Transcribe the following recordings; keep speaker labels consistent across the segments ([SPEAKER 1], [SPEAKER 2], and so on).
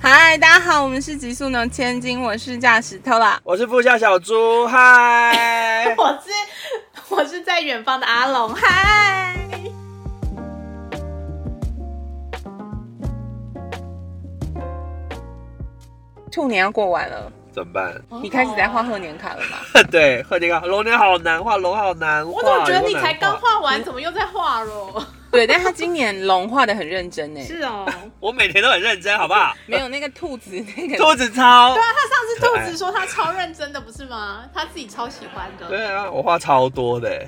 [SPEAKER 1] 嗨，大家好，我们是极速能千金，我是驾驶 Tola。
[SPEAKER 2] 我是副驾小猪，嗨！
[SPEAKER 3] 我是我是在远方的阿 龙，嗨。
[SPEAKER 1] 兔年要过完了，
[SPEAKER 2] 怎么办？
[SPEAKER 1] 你开始在画贺年卡了吗？
[SPEAKER 2] 对，贺年卡，龙年好难画，龙好难画。
[SPEAKER 3] 我怎么觉得
[SPEAKER 2] 有
[SPEAKER 3] 你
[SPEAKER 2] 多难
[SPEAKER 3] 才刚？画完，怎么又在画了？
[SPEAKER 1] 对，但他今年龙画的很认真呢，
[SPEAKER 3] 是哦，
[SPEAKER 2] 我每天都很认真，好不 好？
[SPEAKER 1] 没有那个兔子那个。
[SPEAKER 2] 兔子超
[SPEAKER 3] 对，啊，他上次
[SPEAKER 2] 可
[SPEAKER 3] 兔
[SPEAKER 2] 爱
[SPEAKER 3] 子说他超认真的，不是吗？他自己超喜欢的。
[SPEAKER 2] 对啊，我画超多的。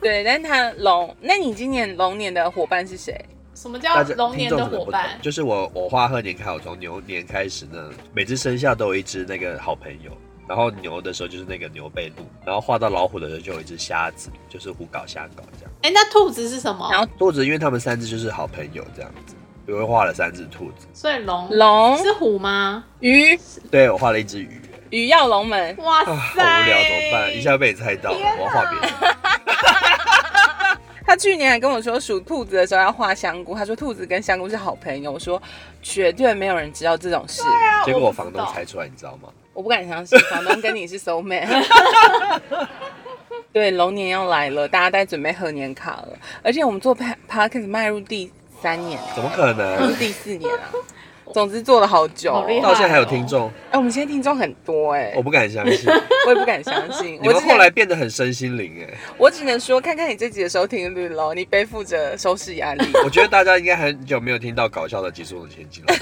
[SPEAKER 1] 对，但是他龙，那你今年龙年的伙伴是谁？
[SPEAKER 3] 什么叫
[SPEAKER 2] 家
[SPEAKER 3] 龙
[SPEAKER 2] 听
[SPEAKER 3] 年
[SPEAKER 2] 众
[SPEAKER 3] 的
[SPEAKER 2] 可能
[SPEAKER 3] 伙
[SPEAKER 2] 不
[SPEAKER 3] 伴
[SPEAKER 2] 懂，？就是我我画贺年卡，我从牛年开始呢，每次生肖都有一只那个好朋友。然后牛的时候就是那个牛背鹿，然后画到老虎的时候就有一只瞎子，就是虎搞瞎搞这样。
[SPEAKER 3] 哎，那兔子是什么
[SPEAKER 1] 然？后
[SPEAKER 2] 兔子因为他们三只就是好朋友这样子，我又画了三只兔子，
[SPEAKER 3] 所以龙
[SPEAKER 1] 龙、
[SPEAKER 3] 是虎吗？
[SPEAKER 1] 鱼、
[SPEAKER 2] 对我画了一只鱼。
[SPEAKER 1] 鱼跃龙门。
[SPEAKER 3] 哇
[SPEAKER 2] 啊，
[SPEAKER 3] 塞，
[SPEAKER 2] 好无聊，怎么办？一下被你猜到，
[SPEAKER 3] 天哪
[SPEAKER 2] 我要画别的。
[SPEAKER 1] 他去年还跟我说属兔子的时候要画香菇，他说兔子跟香菇是好朋友。我说绝对没有人知道这种事，
[SPEAKER 3] 对啊
[SPEAKER 2] 结果
[SPEAKER 3] 我
[SPEAKER 2] 我
[SPEAKER 3] 不知
[SPEAKER 2] 房东
[SPEAKER 3] 道
[SPEAKER 2] 猜出来，你知道吗？
[SPEAKER 1] 我不敢相信房东跟你是 soul mate。对，龙年要来了，大家在准备贺年卡了，而且我们做 pa- podcast 迈入第三年，
[SPEAKER 2] 怎么可
[SPEAKER 1] 还 是
[SPEAKER 2] 能？
[SPEAKER 1] 第四年啊？总之做了好久、
[SPEAKER 3] 好厉害
[SPEAKER 2] 到现在还有听众，
[SPEAKER 1] 哎、我们现在听众很多哎、
[SPEAKER 2] 哦我不敢相信。
[SPEAKER 1] 我也不敢相信。
[SPEAKER 2] 你
[SPEAKER 1] 我
[SPEAKER 2] 们
[SPEAKER 1] 只
[SPEAKER 2] 后来
[SPEAKER 1] 能
[SPEAKER 2] 变得很身心灵哎，
[SPEAKER 1] 我只能说，看看你这集的收听率喽，你背负着收视压 力。
[SPEAKER 2] 我觉得大家应该很久没有听到搞笑的极速的前进了。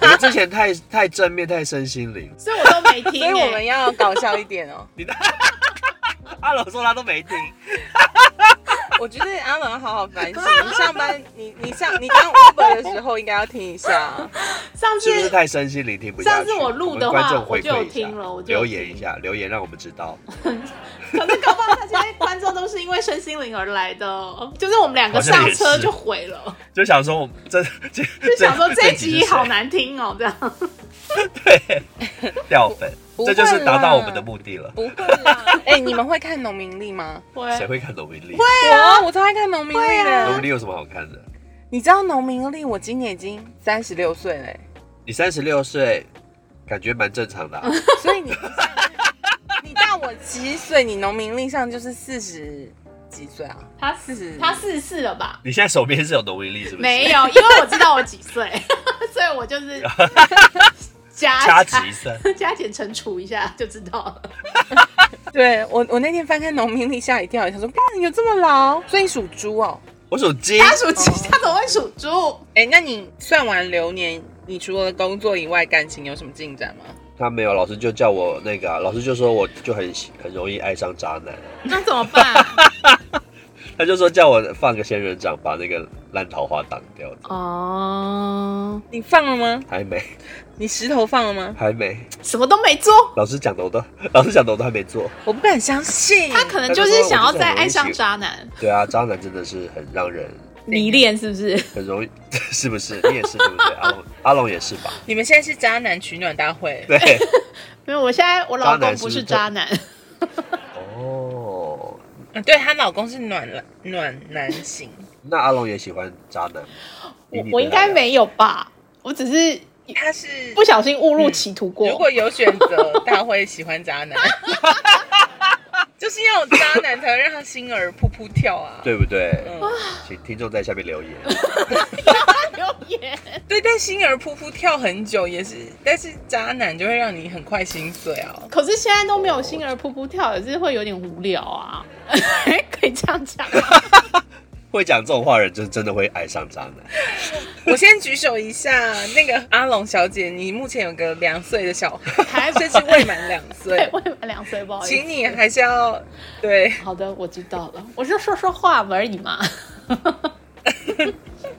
[SPEAKER 2] 你们之前太太正面，太身心灵。
[SPEAKER 3] 所以我都没 听。
[SPEAKER 1] 所以我
[SPEAKER 3] 哎
[SPEAKER 1] 们要搞笑一点哦。
[SPEAKER 2] 阿龙说他都没听，
[SPEAKER 1] 我觉得阿文好好反省，你上班你你上你当 Uber 的时候应该要听一下。
[SPEAKER 3] 上次
[SPEAKER 2] 是不是太身心灵听不下去？
[SPEAKER 3] 上次我录的话
[SPEAKER 2] 们观众回馈
[SPEAKER 3] 我就
[SPEAKER 2] 一
[SPEAKER 3] 有
[SPEAKER 2] 下
[SPEAKER 3] 听了我，就有
[SPEAKER 2] 留言一下，留言让我们知道。
[SPEAKER 3] 可是搞不好那些观众都是因为身心灵而来的，哦就是我们两个上车就毁了，
[SPEAKER 2] 就想说我们这 这
[SPEAKER 3] 就想说这一
[SPEAKER 2] 是
[SPEAKER 3] 集
[SPEAKER 2] 谁
[SPEAKER 3] 好难听哦，这样。
[SPEAKER 2] 掉粉，
[SPEAKER 1] 不
[SPEAKER 2] 这就是
[SPEAKER 1] 不
[SPEAKER 2] 达到
[SPEAKER 1] 会啦
[SPEAKER 2] 我们的目的了。
[SPEAKER 1] 不会啦， 哎、你们会看农民历吗？
[SPEAKER 2] 谁
[SPEAKER 3] 会啊
[SPEAKER 2] 会看农民历？
[SPEAKER 1] 对啊，我超爱看农民历的。
[SPEAKER 2] 农民历有什么好看的？
[SPEAKER 1] 你知道农民历我今年已经三十六岁了欸、
[SPEAKER 2] 你三十六岁，感觉蛮正常的 啊、
[SPEAKER 1] 所以你你大我七岁，你农民历上就是四十几岁啊？
[SPEAKER 3] 他
[SPEAKER 1] 四十
[SPEAKER 3] 四他四十四了吧？
[SPEAKER 2] 你现在手边是有农民历是不是？
[SPEAKER 3] 没，有，因为我知道我几岁， 所以我就是
[SPEAKER 2] 掐
[SPEAKER 3] 加
[SPEAKER 2] 指一算，
[SPEAKER 3] 加减乘除一下就知 道了。
[SPEAKER 1] 对我，我那天翻开农民历吓一跳，想说，干有这么老？所以你属猪哦。
[SPEAKER 2] 我属鸡，
[SPEAKER 3] 他属鸡， 他怎么会属猪？
[SPEAKER 1] 哎、那你算完流年，你除了工作以外，感情有什么进展吗？
[SPEAKER 2] 他没有，老师就叫我那个啊、老师就说我就很喜很容易爱上渣男，啊
[SPEAKER 3] 那怎么办？
[SPEAKER 2] 他就说叫我放个仙人掌把那个烂桃花挡掉，
[SPEAKER 3] 哦，
[SPEAKER 1] 你放了吗？
[SPEAKER 2] 还没
[SPEAKER 1] 你石头放了吗？
[SPEAKER 2] 还没，
[SPEAKER 3] 什么都没做，
[SPEAKER 2] 老师讲的我都老师讲的我都还没做，
[SPEAKER 1] 我不敢相信。
[SPEAKER 3] 他可能就是想要再爱上渣男，
[SPEAKER 2] 对啊，渣男真的是很让人
[SPEAKER 3] 迷恋是不是？
[SPEAKER 2] 很容易， 是不是？你也是对不对？阿龙阿龙也是吧？
[SPEAKER 1] 你们现在是渣男取暖大会，
[SPEAKER 2] 对，
[SPEAKER 3] 没有，我现在我老
[SPEAKER 2] 渣
[SPEAKER 3] 公
[SPEAKER 2] 男是不
[SPEAKER 3] 不
[SPEAKER 2] 是
[SPEAKER 3] 是渣男，
[SPEAKER 2] 哦，
[SPEAKER 1] 嗯对她老公是暖男暖男型，
[SPEAKER 2] 那阿龙也喜欢渣男吗，以
[SPEAKER 3] 我
[SPEAKER 2] 你
[SPEAKER 3] 我
[SPEAKER 2] 对
[SPEAKER 3] 应
[SPEAKER 2] 他
[SPEAKER 3] 该
[SPEAKER 2] 了
[SPEAKER 3] 没有吧？我只是
[SPEAKER 1] 他是
[SPEAKER 3] 不小心误
[SPEAKER 2] 嗯
[SPEAKER 3] 入歧途过。
[SPEAKER 1] 如 果有选择，他会喜欢渣男， 就是要有渣男才会让他心儿扑扑跳啊。
[SPEAKER 2] 对不对？
[SPEAKER 1] 嗯，
[SPEAKER 2] 请听众在下面留言。
[SPEAKER 3] 留言，
[SPEAKER 1] 对，但心儿扑扑跳很久也是，但是渣男就会让你很快心碎啊。
[SPEAKER 3] 可是现在都没有心儿噗噗跳，也是会有点无聊啊。可以这样讲吗，
[SPEAKER 2] 会讲这种话的人，就真的会爱上渣男。
[SPEAKER 1] 我先举手一下，那个阿龙小姐，你目前有个两岁的小孩，
[SPEAKER 3] 还
[SPEAKER 1] 甚至未满两岁
[SPEAKER 3] 对，，未满两岁， 不好意
[SPEAKER 1] 请
[SPEAKER 3] 思。
[SPEAKER 1] 你还是要对。
[SPEAKER 3] 好的，我知道了，我就说说话而已嘛。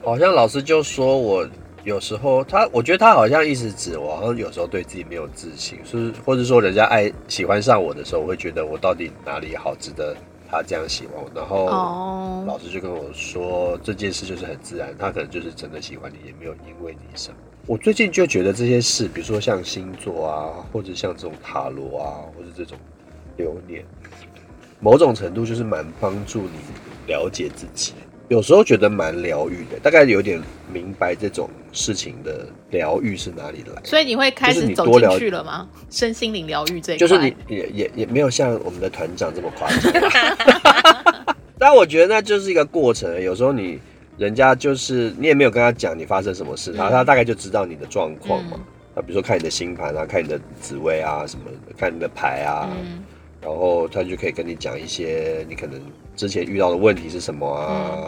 [SPEAKER 2] 好像老师就说我有时候他，我觉得他好像一直指我，好像有时候对自己没有自信，是或者说人家爱喜欢上我的时候，我会觉得我到底哪里好，值得他这样喜欢我。然后、
[SPEAKER 3] 哦，
[SPEAKER 2] 老师就跟我说这件事就是很自然，他可能就是真的喜欢你，也没有因为你什么。我最近就觉得这些事，比如说像星座啊，或者像这种塔罗啊，或者这种流年，某种程度就是蛮帮助你了解自己。有时候觉得蛮疗愈的，大概有点明白这种事情的疗愈是哪里来的。
[SPEAKER 3] 所以你会开
[SPEAKER 2] 就是
[SPEAKER 3] 始
[SPEAKER 2] 你
[SPEAKER 3] 走
[SPEAKER 2] 多
[SPEAKER 3] 进
[SPEAKER 2] 了
[SPEAKER 3] 去了吗？身心灵疗愈这一块，
[SPEAKER 2] 就是你也也也没有像我们的团长这么夸张，但我觉得那就是一个过程。有时候你人家就是你也没有跟他讲你发生什么事，然后他大概就知道你的状况嘛。那比如说看你的星盘啊，看你的紫薇啊，什么的看你的牌啊，
[SPEAKER 3] 嗯，
[SPEAKER 2] 然后他就可以跟你讲一些你可能之前遇到的问题是什么啊，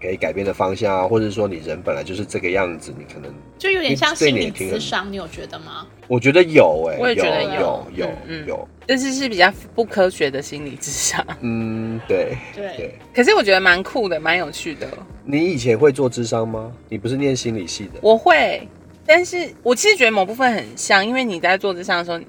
[SPEAKER 2] 可以改变的方向啊，或者说你人本来就是这个样子，你可能
[SPEAKER 3] 就有点像
[SPEAKER 2] 对
[SPEAKER 3] 心
[SPEAKER 2] 你
[SPEAKER 3] 理
[SPEAKER 2] 平
[SPEAKER 3] 咨啊
[SPEAKER 2] 衡
[SPEAKER 3] 商，你有觉得吗？
[SPEAKER 2] 我觉得有哎、
[SPEAKER 1] 我也觉得
[SPEAKER 2] 有
[SPEAKER 3] 有
[SPEAKER 2] 有有
[SPEAKER 1] 嗯嗯
[SPEAKER 2] 有，
[SPEAKER 1] 但是是比较不科学的心理智商。
[SPEAKER 2] 嗯，对
[SPEAKER 3] 对，
[SPEAKER 2] 对。
[SPEAKER 1] 可是我觉得蛮酷的，蛮有趣的。
[SPEAKER 2] 你以前会做智商吗？你不是念心理系的？
[SPEAKER 1] 我会，但是我其实觉得某部分很像，因为你在做智商的时候，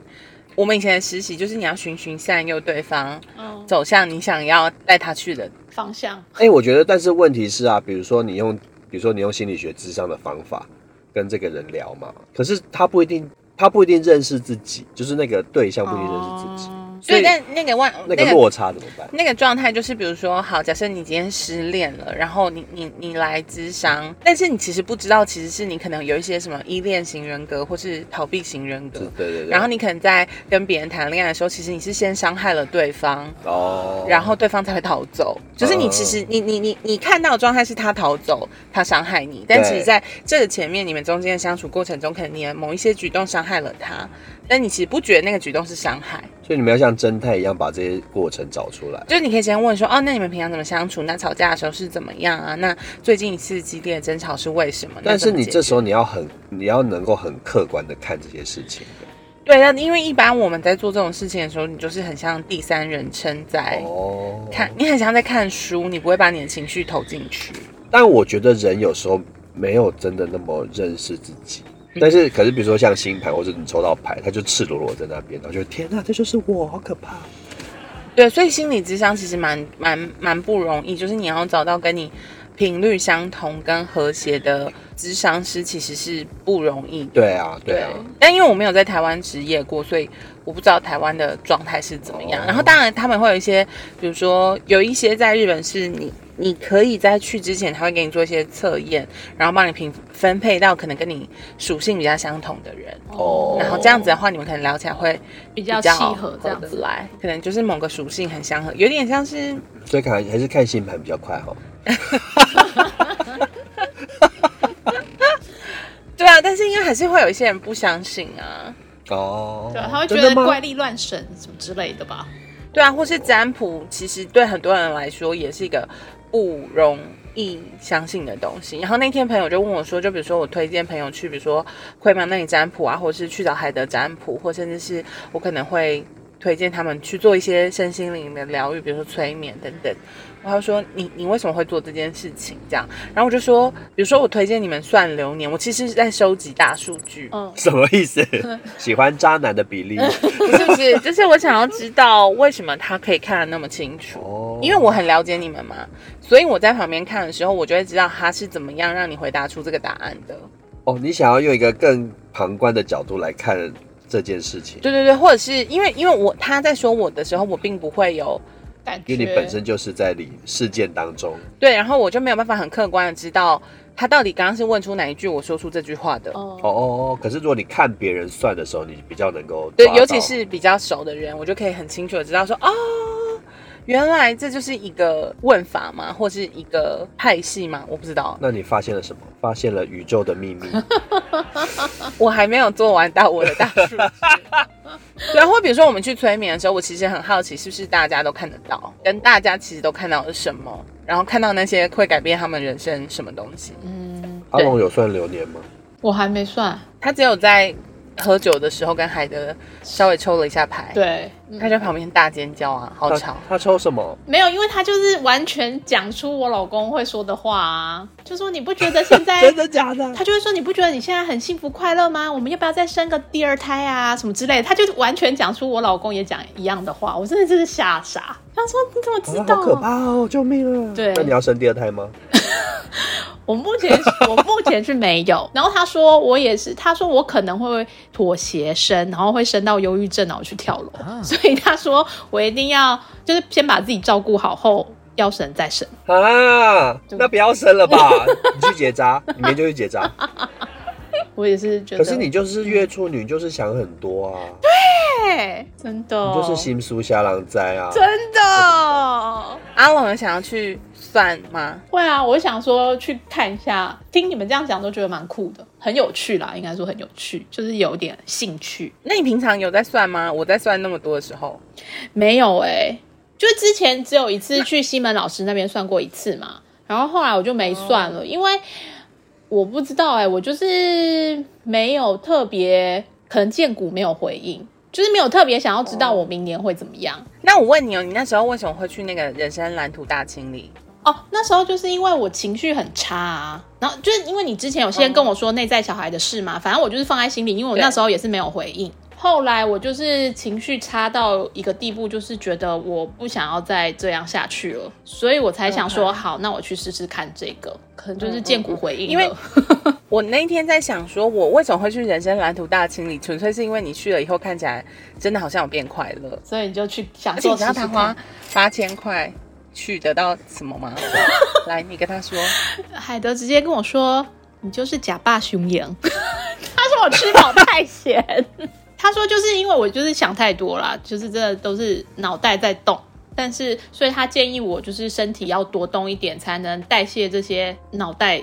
[SPEAKER 1] 我们以前的实习就是你要循循善诱对方，
[SPEAKER 3] 嗯，
[SPEAKER 1] 走向你想要带他去的。
[SPEAKER 3] 方向，
[SPEAKER 2] 哎、我觉得，但是问题是啊，比如说你用，比如说你用心理学智商的方法跟这个人聊嘛，可是他不一定，他不一定认识自己，就是那个对象不一定认识自己，
[SPEAKER 3] 哦
[SPEAKER 1] 所以，
[SPEAKER 2] 所以
[SPEAKER 1] 但那个万
[SPEAKER 2] 那个落差怎么办？
[SPEAKER 1] 那个状态就是，比如说，好，假设你今天失恋了，然后你你你来咨商，但是你其实不知道，其实是你可能有一些什么依恋型人格或是逃避型人
[SPEAKER 2] 是
[SPEAKER 1] 格，
[SPEAKER 2] 对对对。
[SPEAKER 1] 然后你可能在跟别人谈恋爱的时候，其实你是先伤害了对方，
[SPEAKER 2] 哦，嗯
[SPEAKER 1] 然后对方才会逃走。就是你其实你你你你看到的状态是他逃走，他伤害你，但
[SPEAKER 2] 对
[SPEAKER 1] 其实在这个前面你们中间的相处过程中，可能你的某一些举动伤害了他，但你其实不觉得那个举动是伤害。
[SPEAKER 2] 所以你们要像侦探一样把这些过程找出来。
[SPEAKER 1] 就是你可以先问说，哦，那你们平常怎么相处？那吵架的时候是怎么样啊？那最近一次激烈的争吵是为什么？
[SPEAKER 2] 但是你这时
[SPEAKER 1] 候
[SPEAKER 2] 候你要很，你要能够很客观的看这些事情。
[SPEAKER 1] 对，那因为一般我们在做这种事情的时候，你就是很像第三人称在
[SPEAKER 2] 哦，
[SPEAKER 1] 哎看，你很像在看书，你不会把你的情绪投进去。
[SPEAKER 2] 但我觉得人有时候没有真的那么认识自己。但是，可是比如说像星盘，或者你抽到牌，他就赤裸裸在那边，然后就天哪、这就是我，好可怕。
[SPEAKER 1] 对，所以心理智商其实蛮蛮蛮不容易，就是你要找到跟你频率相同跟和谐的智商师，其实是不容易的。
[SPEAKER 2] 对啊，对啊，
[SPEAKER 1] 但因为我没有在台湾职业过，所以我不知道台湾的状态是怎么样。
[SPEAKER 2] 哦
[SPEAKER 1] 然后当然他们会有一些，比如说有一些在日本是你你可以在去之前，他会给你做一些测验，然后帮你评分配到可能跟你属性比较相同的人。
[SPEAKER 2] 哦
[SPEAKER 1] 然后这样子的话，你们可能聊起来会
[SPEAKER 3] 比较
[SPEAKER 1] 比
[SPEAKER 3] 契
[SPEAKER 1] 较好
[SPEAKER 3] 合这样
[SPEAKER 1] 得
[SPEAKER 3] 子。
[SPEAKER 1] 来，可能就是某个属性很相合，有点像是
[SPEAKER 2] 所以看还是看星盘比较快哦哈。
[SPEAKER 1] 对啊，但是因为还是会有一些人不相信啊，
[SPEAKER 2] 哦，
[SPEAKER 3] 对啊，他会觉
[SPEAKER 2] 真
[SPEAKER 3] 得
[SPEAKER 2] 的吗
[SPEAKER 3] 怪力乱神什么之类的吧？
[SPEAKER 1] 对啊，或是占卜，其实对很多人来说也是一个不容易相信的东西。然后那天朋友就问我说，就比如说我推荐朋友去，比如说奎芒那里占卜啊，或是去找海德占卜，或甚至是我可能会推荐他们去做一些身心灵的疗愈，比如说催眠等等。然后他说你你为什么会做这件事情？这样，然后我就说，比如说我推荐你们算流年，我其实是在收集大数据，
[SPEAKER 3] 嗯，
[SPEAKER 2] 什么意思？喜欢渣男的比例？
[SPEAKER 1] 不是不是，就是我想要知道为什么他可以看得那么清楚。
[SPEAKER 2] 哦，
[SPEAKER 1] 因为我很了解你们嘛，所以我在旁边看的时候，我就会知道他是怎么样让你回答出这个答案的。
[SPEAKER 2] 哦，你想要用一个更旁观的角度来看这件事情，
[SPEAKER 1] 对对对，或者是因为因为我他在说我的时候，我并不会有
[SPEAKER 3] 感觉
[SPEAKER 2] 因为你本身就是在里事件当中。
[SPEAKER 1] 对，然后我就没有办法很客观的知道他到底刚刚是问出哪一句我说出这句话的。
[SPEAKER 3] 哦
[SPEAKER 2] 哦哦哦，可是如果你看别人算的时候，你比较能够
[SPEAKER 1] 对
[SPEAKER 2] 抓，
[SPEAKER 1] 尤
[SPEAKER 2] 到
[SPEAKER 1] 其是比较熟的人，我就可以很清楚的知道说哦。原来这就是一个问法嘛，或是一个派系嘛，我不知道，
[SPEAKER 2] 那你发现了什么？发现了宇宙的秘 密。
[SPEAKER 1] 我还没有做完到我的大数据。对啊，或比如说我们去催眠的时候，我其实很好奇，是不是大家都看得到，跟大家其实都看到了什么，然后看到那些会改变他们人生什么东西。
[SPEAKER 3] 嗯，
[SPEAKER 2] 阿龙有算流年吗？
[SPEAKER 3] 我还没算，
[SPEAKER 1] 他只有在喝酒的时候跟海德稍微抽了一下
[SPEAKER 2] 哎
[SPEAKER 1] 牌，，
[SPEAKER 3] 对，嗯
[SPEAKER 1] 他就在旁边大尖叫啊，好
[SPEAKER 2] 他
[SPEAKER 1] 吵。
[SPEAKER 2] 他抽什么？
[SPEAKER 3] 没有，因为他就是完全讲出我老公会说的话啊，就说你不觉得现在
[SPEAKER 2] 真的假的？
[SPEAKER 3] 他就会说：“你不觉得你现在很幸福快乐吗？我们要不要再生个第二胎啊？什么之类的。”他就完全讲出我老公也讲一样的话，我真的真是吓傻。他说：“你怎么知
[SPEAKER 2] 啊
[SPEAKER 3] 道
[SPEAKER 2] 好？”可怕哦！救命啊！
[SPEAKER 3] 对
[SPEAKER 2] 那你要生第二胎吗？
[SPEAKER 3] 我目前我目前是没有。然后他说我也是，他说我可能会妥协生，然后会生到忧
[SPEAKER 2] 啊
[SPEAKER 3] 郁症，然后去跳楼。所以他说我一定要就是先把自己照顾好后。要生再生。
[SPEAKER 2] 啊，那不要生了 吧，你去结扎，你明天就去结扎。
[SPEAKER 3] 我也是觉得，
[SPEAKER 2] 可是你就是月处女，就是想很多啊，
[SPEAKER 3] 对，真的
[SPEAKER 2] 你就是心苏下郎灾啊。
[SPEAKER 3] 真的
[SPEAKER 1] 阿龙有想要去算吗？
[SPEAKER 3] 会啊！我想说去看一下，听你们这样讲都觉得蛮酷的，很有趣啦，应该说很有趣，就是有点兴趣。
[SPEAKER 1] 那你平常有在算吗？我在算那么多的时候，
[SPEAKER 3] 没有哎、就之前只有一次去西门老师那边算过一次嘛，然后后来我就没算了，因为我不知道哎、我就是没有特别，可能见骨没有回应，就是没有特别想要知道我明年会怎么样。
[SPEAKER 1] 那我问你哦，你那时候为什么会去那个人生蓝图大清理？
[SPEAKER 3] 哦，那时候就是因为我情绪很差、啊，然后就是因为你之前有先跟我说内在小孩的事嘛，反正我就是放在心里，因为我
[SPEAKER 1] 嗯对
[SPEAKER 3] 那时候也是没有回应。后来我就是情绪差到一个地步，就是觉得我不想要再这样下去了，所以我才想
[SPEAKER 1] 嗯
[SPEAKER 3] 说，好，那我去试试看这个，可能就是见骨回应了、
[SPEAKER 1] 因为我那天在想，说我为什么会去人生蓝图大清理，纯粹是因为你去了以后，看起来真的好像有变快乐。
[SPEAKER 3] 所以你就去想
[SPEAKER 1] 而且
[SPEAKER 3] 啊做
[SPEAKER 1] 你知
[SPEAKER 3] 试
[SPEAKER 1] 道
[SPEAKER 3] 试
[SPEAKER 1] 他
[SPEAKER 3] 看
[SPEAKER 1] 花。八千块去得到什么 吗？来，你跟他说，
[SPEAKER 3] 海德直接跟我说：“你就是假霸雄羊。” 他说我吃饱太闲。 他说就是因为我就是想太多啦，就是真的都是脑袋在动。但是，所以他建议我就是身体要多动一点，才能代谢这些脑袋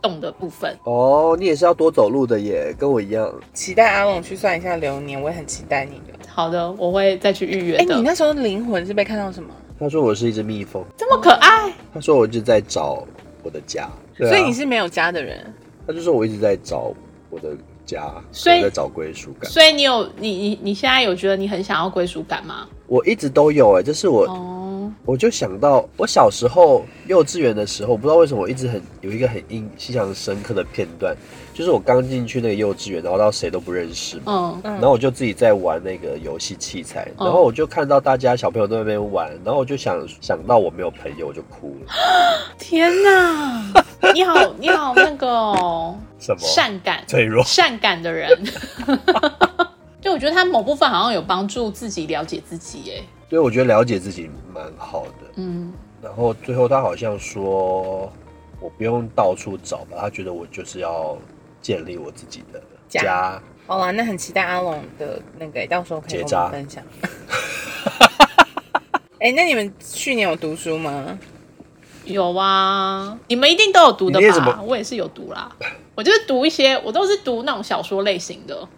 [SPEAKER 3] 动的部分。
[SPEAKER 2] 哦，你也是要多走路的耶，跟我一样。
[SPEAKER 1] 期待阿龙去算一下流年，我也很期待你的。
[SPEAKER 3] 好的，我会再去预约
[SPEAKER 1] 哎、
[SPEAKER 3] 的。
[SPEAKER 1] 你那时候灵魂是被看到什么？
[SPEAKER 2] 他说我是一只蜜蜂，
[SPEAKER 3] 这么可爱，
[SPEAKER 2] 他说我一直在找我的家，对啊
[SPEAKER 1] 所以你是没有家的人，
[SPEAKER 2] 他就说我一直在找我的家，
[SPEAKER 3] 所以
[SPEAKER 2] 我在找归属感。
[SPEAKER 3] 所以你有你你你现在有觉得你很想要归属感吗？
[SPEAKER 2] 我一直都有哎、这是我，
[SPEAKER 3] 哦，
[SPEAKER 2] 我就想到我小时候幼稚园的时候，不知道为什么我一直很有一个很印印象深刻的片段，就是我刚进去那个幼稚园，然后到谁都不认识嘛。
[SPEAKER 3] 嗯，
[SPEAKER 1] 嗯
[SPEAKER 2] 然后我就自己在玩那个游戏器材，
[SPEAKER 3] 嗯
[SPEAKER 2] 然后我就看到大家小朋友都在那边玩，然后我就想想到我没有朋友，我就哭了。
[SPEAKER 3] 天哪， 你好你好那个、哦、
[SPEAKER 2] 什么？
[SPEAKER 3] 善感，
[SPEAKER 2] 脆弱？
[SPEAKER 3] 善感的人。 对，我觉得他某部分好像有帮助自己了解自己，耶。
[SPEAKER 2] 对，我觉得了解自己蛮好的。
[SPEAKER 3] 嗯，
[SPEAKER 2] 然后最后他好像说，我不用到处找吧，他觉得我就是要建立我自己的
[SPEAKER 1] 家
[SPEAKER 2] 家。
[SPEAKER 1] 好啦，那很期待阿龙的那个，到时候可以
[SPEAKER 2] 结
[SPEAKER 1] 跟我
[SPEAKER 2] 扎
[SPEAKER 1] 们分享。 哎、那你们去年有读书吗？
[SPEAKER 3] 有啊，你们一定都有读的
[SPEAKER 2] 你念什么
[SPEAKER 3] 吧？我也是有读啦，我就是读一些，我都是读那种小说类型的，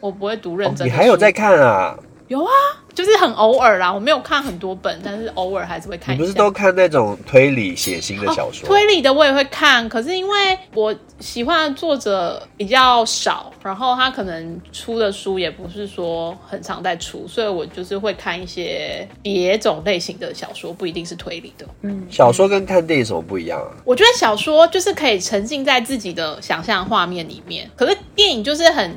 [SPEAKER 3] 我不会读认真
[SPEAKER 2] 哦
[SPEAKER 3] 的、
[SPEAKER 2] 你还有在？看啊？
[SPEAKER 3] 有啊，就是很偶尔啦，我没有看很多本，但是偶尔还是会看
[SPEAKER 2] 你
[SPEAKER 3] 一下。
[SPEAKER 2] 不是都看那种推理血腥的小说？
[SPEAKER 3] 哦、推理的我也会看，可是因为我喜欢的作者比较少，然后他可能出的书也不是说很常在出，所以我就是会看一些别种类型的小说，不一定是推理的。
[SPEAKER 2] 小说跟看电影什么不一样啊？
[SPEAKER 3] 我觉得小说就是可以沉浸在自己的想象画面里面，可是电影就是很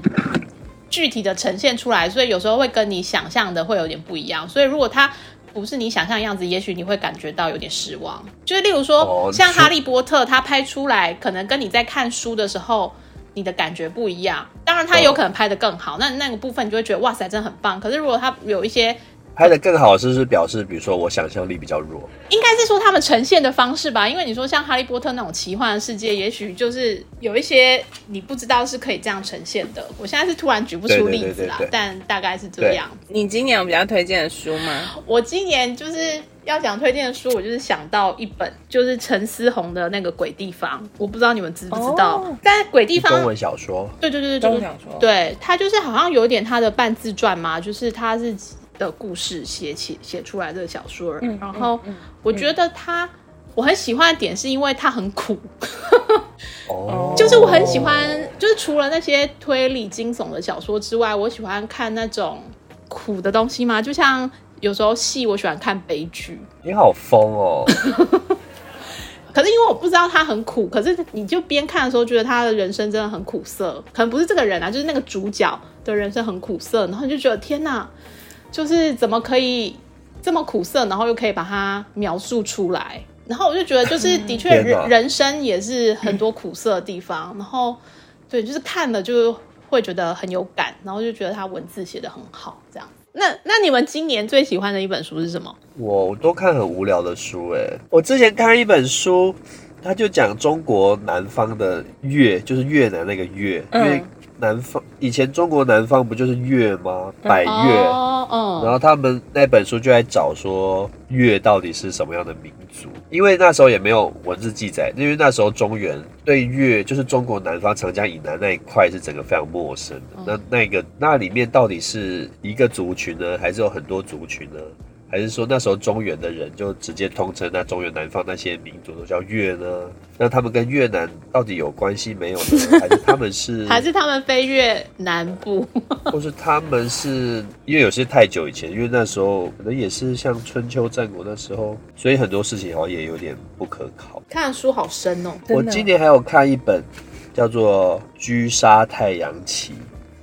[SPEAKER 3] 具体的呈现出来，所以有时候会跟你想象的会有点不一样。所以如果它不是你想象的样子，也许你会感觉到有点失望。就是例如说，
[SPEAKER 2] 哦
[SPEAKER 3] 像《
[SPEAKER 2] 你说
[SPEAKER 3] 哈利波特》，它拍出来可能跟你在看书的时候。你的感觉不一样，当然它有可能拍得更好，那那个部分你就会觉得哇塞，真的很棒。可是如果它有一些
[SPEAKER 2] 拍的更好是不是表示，比如说我想象力比较弱？
[SPEAKER 3] 应该是说他们呈现的方式吧，因为你说像《哈利波特》那种奇幻的世界，也许就是有一些你不知道是可以这样呈现的。我现在是突然举不出例子啦，
[SPEAKER 2] 对对对对对
[SPEAKER 3] 但大概是这样。
[SPEAKER 1] 你今年有比较推荐的书吗？
[SPEAKER 3] 我今年就是要讲推荐的书，我就是想到一本，就是陈思宏的那个《鬼地方》，我不知道你们知不知道，
[SPEAKER 1] 哦
[SPEAKER 3] 但《鬼地
[SPEAKER 2] 是
[SPEAKER 3] 方
[SPEAKER 2] 中》文小说，
[SPEAKER 3] 对对对对，
[SPEAKER 1] 中
[SPEAKER 3] 就
[SPEAKER 1] 文
[SPEAKER 3] 是
[SPEAKER 1] 小说
[SPEAKER 3] 对他就是好像有点他的半自传嘛，就是他自己的故事写起写出来的小说。
[SPEAKER 1] 嗯
[SPEAKER 3] 然后我觉得他、我很喜欢的点是因为他很苦，
[SPEAKER 2] 哦，
[SPEAKER 3] 就是我很喜欢，就是除了那些推理惊悚的小说之外，我喜欢看那种苦的东西嘛，就像有时候戏我喜欢看悲剧。
[SPEAKER 2] 你好疯哦！
[SPEAKER 3] 可是因为我不知道他很苦，可是你就边看的时候觉得他的人生真的很苦涩，可能不是这个人啊，就是那个主角的人生很苦涩，然后你就觉得天哪，就是怎么可以这么苦涩，然后又可以把它描述出来，然后我就觉得就是的确
[SPEAKER 2] 天哪
[SPEAKER 3] 人人生也是很多苦涩的地方，然后对，就是看了就会觉得很有感，然后就觉得他文字写的很好，这样。那那你们今年最喜欢的一本书是什么？
[SPEAKER 2] 我我都看很无聊的书哎、我之前看一本书，他就讲中国南方的越，就是越南那个越，因为
[SPEAKER 1] 嗯
[SPEAKER 2] 南方以前中国南方不就是越吗？百越。
[SPEAKER 3] 嗯哦，
[SPEAKER 2] 然
[SPEAKER 3] 嗯，
[SPEAKER 2] 后他们那本书就在找说越到底是什么样的民族，因为那时候也没有文字记载，因为那时候中原对越就是中国南方长江以南那一块是整个非常陌生
[SPEAKER 3] 嗯
[SPEAKER 2] 的。那那个那里面到底是一个族群呢，还是有很多族群呢？还是说那时候中原的人就直接通称那中原南方那些民族都叫越呢？那他们跟越南到底有关系没有呢？还是他们是
[SPEAKER 3] 还是他们飞越南部？
[SPEAKER 2] 或是他们是因为有些太久以前，因为那时候可能也是像春秋战国那时候，所以很多事情好像也有点不可靠。
[SPEAKER 3] 看书好深哦，
[SPEAKER 2] 我
[SPEAKER 1] 真的
[SPEAKER 2] 今年还有看一本叫做《居沙太阳旗》，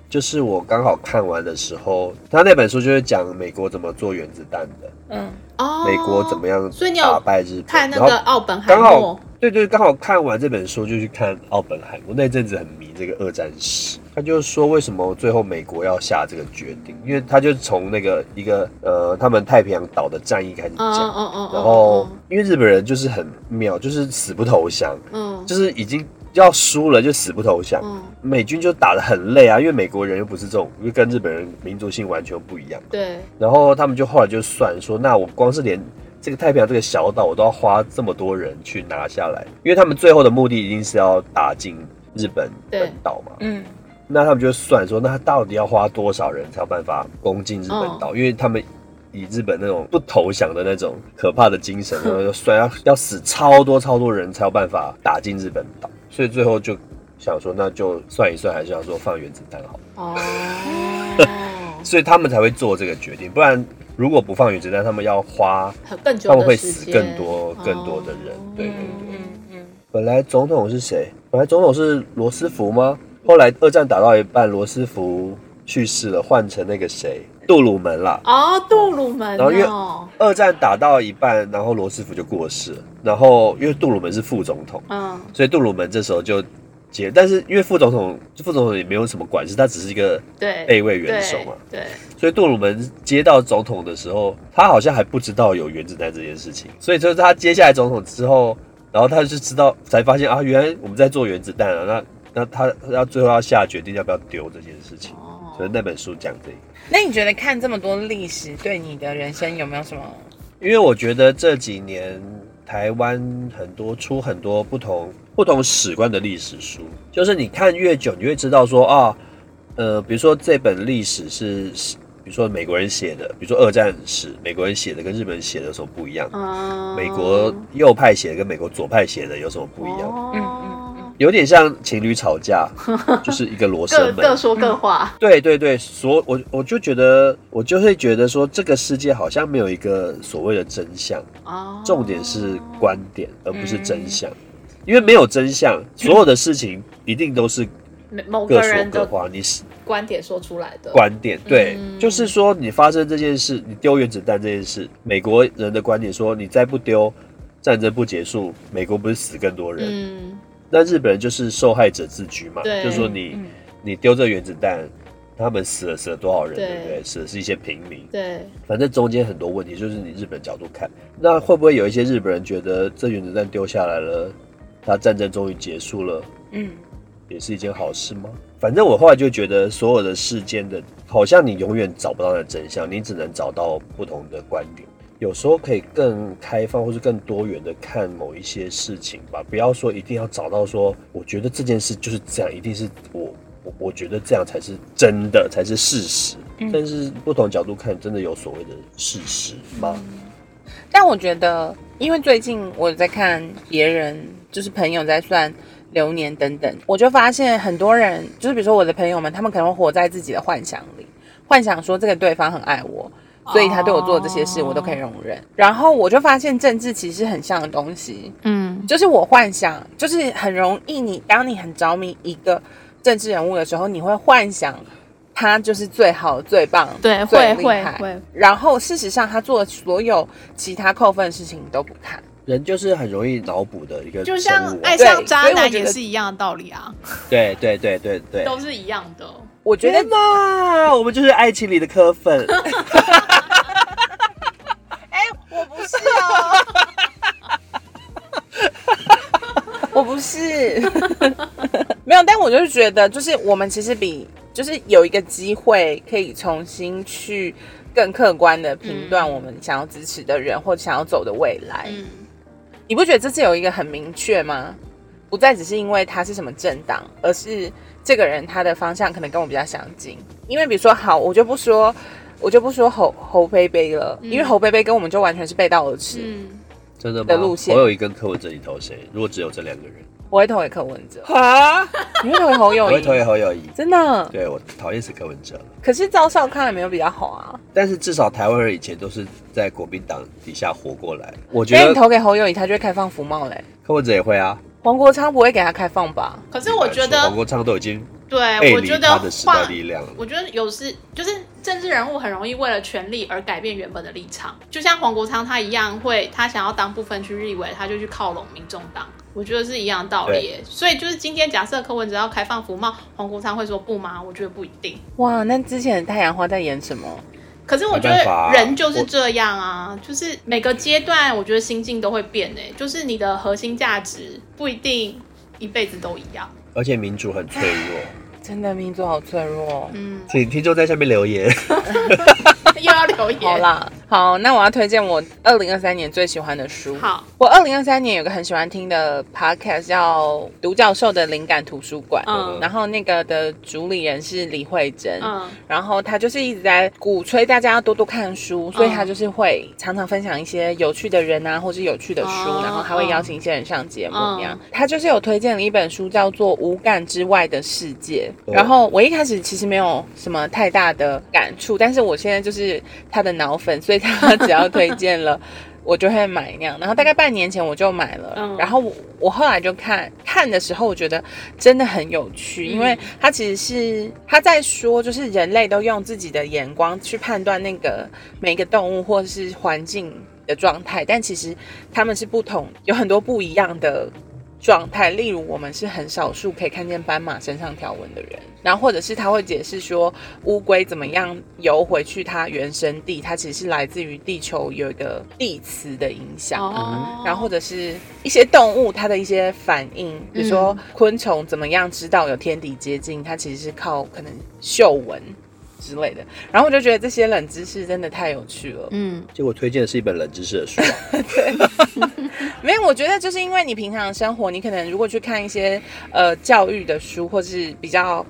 [SPEAKER 2] 就是我刚好看完的时候，他那本书就是讲美国怎么做原子弹的，
[SPEAKER 1] 嗯，
[SPEAKER 3] 哦，
[SPEAKER 2] 美国怎么样
[SPEAKER 3] 所以你有
[SPEAKER 2] 打败日本，
[SPEAKER 3] 看那
[SPEAKER 2] 然
[SPEAKER 3] 个
[SPEAKER 2] 后
[SPEAKER 3] 奥本海
[SPEAKER 2] 刚
[SPEAKER 3] 默
[SPEAKER 2] 好？对对，刚好看完这本书就去看奥本海默，那阵子很迷这个二战史。他就说为什么最后美国要下这个决定，因为他就从那个一个呃他们太平洋岛的战役开始
[SPEAKER 3] 嗯嗯
[SPEAKER 2] 讲，
[SPEAKER 3] 嗯嗯，
[SPEAKER 2] 然后因为日本人就是很妙，就是死不投降，
[SPEAKER 3] 嗯
[SPEAKER 2] 就是已经要输了就死不投降。
[SPEAKER 3] 嗯，
[SPEAKER 2] 美军就打得很累啊，因为美国人又不是这种，因为跟日本人民族性完全不一样。
[SPEAKER 3] 对，
[SPEAKER 2] 然后他们就后来就算说，那我光是连这个太平洋这个小岛，我都要花这么多人去拿下来，因为他们最后的目的一定是要打进日本
[SPEAKER 3] 对
[SPEAKER 2] 本岛嘛。
[SPEAKER 1] 嗯，
[SPEAKER 2] 那他们就算说，那到底要花多少人才有办法攻进日本岛？因为他们。以日本那种不投降的那种可怕的精神，他们就算要要死超多超多人才有办法打进日本岛，所以最后就想说，那就算一算，还是要说放原子弹好了。
[SPEAKER 3] 哦，
[SPEAKER 2] 所以他们才会做这个决定，不然如果不放原子弹，他们要花，
[SPEAKER 3] 很更久
[SPEAKER 2] 他
[SPEAKER 3] 的
[SPEAKER 2] 们会
[SPEAKER 3] 时
[SPEAKER 2] 死
[SPEAKER 3] 间哦
[SPEAKER 2] 更多更多的人。对对
[SPEAKER 1] 嗯
[SPEAKER 2] 对。
[SPEAKER 1] 嗯嗯
[SPEAKER 2] 本来总统是谁？本来总统是罗斯福吗？后来二战打到一半，罗斯福去世了，换成那个谁，杜鲁门啦。
[SPEAKER 3] 哦，杜鲁门
[SPEAKER 2] 然后因为
[SPEAKER 3] 哦，
[SPEAKER 2] 二战打到一半，然后罗斯福就过世了，然后因为杜鲁门是副总统，
[SPEAKER 3] 嗯，
[SPEAKER 2] 所以杜鲁门这时候就接，但是因为副总统副总统也没有什么管事，他只是一个
[SPEAKER 3] 对，
[SPEAKER 2] 备位元首嘛，
[SPEAKER 3] 对，
[SPEAKER 2] 所以杜鲁门接到总统的时候，他好像还不知道有原子弹这件事情，所以就是他接下来总统之后，然后他就知道才发现啊，原来我们在做原子弹啊，那那他要最后要下决定要不要丢这件事情
[SPEAKER 3] 对，哦
[SPEAKER 2] 所以那本书讲这个。
[SPEAKER 1] 那你觉得看这么多历史，对你的人生有没有什么？
[SPEAKER 2] 因为我觉得这几年台湾很多出很多不同不同史观的历史书，就是你看越久，你会知道说啊，呃，比如说这本历史是，比如说美国人写的，比如说二战史，美国人写的跟日本人写的有什么不一样？
[SPEAKER 3] 嗯，
[SPEAKER 2] 美国右派写的跟美国左派写的有什么不一样？
[SPEAKER 3] 哦
[SPEAKER 1] 嗯嗯嗯
[SPEAKER 2] 有点像情侣吵 架，就是一个罗生
[SPEAKER 3] 各
[SPEAKER 2] 门，
[SPEAKER 3] 各说各话，
[SPEAKER 2] 对对对，所我我就觉得，我就会觉得说，这个世界好像没有一个所谓的真相。
[SPEAKER 3] 哦，
[SPEAKER 2] 重点是观点，而不是真相，
[SPEAKER 3] 嗯
[SPEAKER 2] 因为没有真 相，所有的事情一定都是
[SPEAKER 3] 每某
[SPEAKER 2] 各
[SPEAKER 3] 个
[SPEAKER 2] 说
[SPEAKER 3] 人
[SPEAKER 2] 各
[SPEAKER 3] 的
[SPEAKER 2] 话。你是
[SPEAKER 3] 嗯观点说出来的，
[SPEAKER 2] 观点，对，
[SPEAKER 3] 嗯
[SPEAKER 2] 就是说你发生这件事，你丢原子弹这件事，美国人的观点说，你再不丢，战争不结束，美国不是死更多人？
[SPEAKER 3] 嗯，
[SPEAKER 2] 那日本人就是受害者自居嘛，
[SPEAKER 3] 对
[SPEAKER 2] 就是说你、
[SPEAKER 1] 嗯
[SPEAKER 2] 你丢这原子弹。他们死了死了多少人，
[SPEAKER 3] 对
[SPEAKER 2] 对不对？死的是一些平民，
[SPEAKER 3] 对，
[SPEAKER 2] 反正中间很多问题，就是你日本角度看，那会不会有一些日本人觉得这原子弹丢下来了，他战争终于结束了，
[SPEAKER 1] 嗯，
[SPEAKER 2] 也是一件好事吗？反正我后来就觉得，所有的事件的，好像你永远找不到的真相，你只能找到不同的观点。有时候可以更开放或是更多元的看某一些事情吧，不要说一定要找到说，我觉得这件事就是这样，一定是我我我觉得这样才是真的，才是事实。
[SPEAKER 3] 嗯
[SPEAKER 2] 但是不同角度看，真的有所谓的事实吗？
[SPEAKER 3] 嗯
[SPEAKER 1] 但我觉得，因为最近我在看别人，就是朋友在算流年等等，我就发现很多人，就是比如说我的朋友们，他们可能会活在自己的幻想里，幻想说这个对方很爱我。所以他对我做的这些事，
[SPEAKER 3] 哦
[SPEAKER 1] 我都可以容忍。然后我就发现政治其实很像的东西，
[SPEAKER 3] 嗯，
[SPEAKER 1] 就是我幻想，就是很容易你，当你很着迷一个政治人物的时候，你会幻想他就是最好、最棒、
[SPEAKER 3] 对，
[SPEAKER 1] 最
[SPEAKER 3] 会
[SPEAKER 1] 厉
[SPEAKER 3] 会
[SPEAKER 1] 害。
[SPEAKER 3] 会，
[SPEAKER 1] 然后事实上，他做的所有其他扣分的事情你都不看，
[SPEAKER 2] 人就是很容易脑补的一个
[SPEAKER 3] 就像
[SPEAKER 2] 生物啊
[SPEAKER 3] 爱上
[SPEAKER 1] 对
[SPEAKER 3] 渣
[SPEAKER 1] 所以我
[SPEAKER 3] 男
[SPEAKER 1] 觉
[SPEAKER 3] 也
[SPEAKER 1] 得
[SPEAKER 3] 是一样的道理啊，
[SPEAKER 2] 对对对对对，
[SPEAKER 3] 都是一样的。
[SPEAKER 1] 我觉得
[SPEAKER 2] 天哪， 我们就是爱情里的柯粉，
[SPEAKER 1] 我不是哦，我不 是，没有，但我就是觉得，就是我们其实比，就是有一个机会可以重新去更客观的评断我们想要支持的人、或想要走的未来。
[SPEAKER 3] 嗯，
[SPEAKER 1] 你不觉得这次有一个很明确吗？不再只是因为他是什么政党，而是这个人他的方向可能跟我比较相近。因为比如说，好，我就不说，我就不说侯侯贝贝了，因为侯贝贝跟我们就完全是背道而驰。
[SPEAKER 3] 嗯，
[SPEAKER 2] 真的吗？
[SPEAKER 1] 的路线
[SPEAKER 2] 我有一跟柯文哲，你投谁？如果只有这两个人，
[SPEAKER 1] 我会投给柯文哲，
[SPEAKER 2] 啊，
[SPEAKER 1] 你会投给侯
[SPEAKER 2] 我
[SPEAKER 1] 友
[SPEAKER 2] 会投给
[SPEAKER 1] 谊，
[SPEAKER 2] 侯友谊。
[SPEAKER 1] 真的。
[SPEAKER 2] 对我讨厌死柯文哲了，
[SPEAKER 1] 可是赵少康也没有比较好啊。
[SPEAKER 2] 但是至少台湾人以前都是在国民党底下活过来。我觉
[SPEAKER 1] 因为哎你
[SPEAKER 2] 得
[SPEAKER 1] 投给侯友谊，他就会开放服贸嘞。
[SPEAKER 2] 柯文哲也会啊。
[SPEAKER 1] 黄国昌不会给他开放吧？
[SPEAKER 3] 可是我觉
[SPEAKER 2] 黄
[SPEAKER 3] 得，
[SPEAKER 2] 国昌都已经
[SPEAKER 3] 对，
[SPEAKER 2] 背
[SPEAKER 3] 我
[SPEAKER 2] 离
[SPEAKER 3] 觉
[SPEAKER 2] 他
[SPEAKER 3] 得
[SPEAKER 2] 的时代
[SPEAKER 3] 换，
[SPEAKER 2] 力量了。
[SPEAKER 3] 我觉得有时就是政治人物很容易为了权力而改变原本的立场，就像黄国昌他一样会，他想要当部分区立委，他就去靠拢民众党。我觉得是一样的道理耶，所以就是今天假设柯文哲要开放服贸，黄国昌会说不吗？我觉得不一定。
[SPEAKER 1] 哇，那之前的太阳花在演什么？
[SPEAKER 3] 可是我觉
[SPEAKER 2] 没办法
[SPEAKER 3] 得
[SPEAKER 2] 啊
[SPEAKER 3] 人就是这样啊，就是每个阶段，我觉得心境都会变诶，就是你的核心价值不一定一辈子都一样。
[SPEAKER 2] 而且民主很脆弱，
[SPEAKER 1] 真的民族好脆弱哦。
[SPEAKER 3] 嗯，
[SPEAKER 2] 请听众在下面留言。
[SPEAKER 3] 又要留言。
[SPEAKER 1] 好啦，好，那我要推荐我二零二三年最喜欢的书。
[SPEAKER 3] 好，
[SPEAKER 1] 我二零二三年有个很喜欢听的 podcast 叫《独角兽的灵感图书馆》，
[SPEAKER 3] 嗯
[SPEAKER 1] 然后那个的主理人是李慧珍，
[SPEAKER 3] 嗯
[SPEAKER 1] 然后他就是一直在鼓吹大家要多多看书，所以
[SPEAKER 3] 嗯
[SPEAKER 1] 他就是会常常分享一些有趣的人啊，或是有趣的书，
[SPEAKER 3] 哦
[SPEAKER 1] 然后他会邀请一些人上节目
[SPEAKER 3] 嗯
[SPEAKER 1] 那样。他就是有推荐了一本书叫做《无感之外的世界》，
[SPEAKER 2] 哦
[SPEAKER 1] 然后我一开始其实没有什么太大的感触，但是我现在就是他的脑粉，所以他只要推荐了。我就会买那样，然后大概半年前我就买了，
[SPEAKER 3] 嗯
[SPEAKER 1] 然后我我后来就看看的时候，我觉得真的很有趣，因为他其实是他在说，就是人类都用自己的眼光去判断那个每一个动物或是环境的状态，但其实他们是不同，有很多不一样的状态。例如，我们是很少数可以看见斑马身上条纹的人，然后或者是他会解释说乌龟怎么样游回去它原生地，它其实是来自于地球有一个地磁的影响。
[SPEAKER 3] 哦，
[SPEAKER 1] 然后或者是一些动物它的一些反应，
[SPEAKER 3] 嗯
[SPEAKER 1] 比如说昆虫怎么样知道有天敌接近，它其实是靠可能嗅闻之类的。然后我就觉得这些冷知识真的太有趣了。
[SPEAKER 3] 嗯
[SPEAKER 2] 结果推荐的是一本冷知识的书啊，
[SPEAKER 1] 没有，我觉得就是因为你平常的生活，你可能如果去看一些呃教育的书，或是比较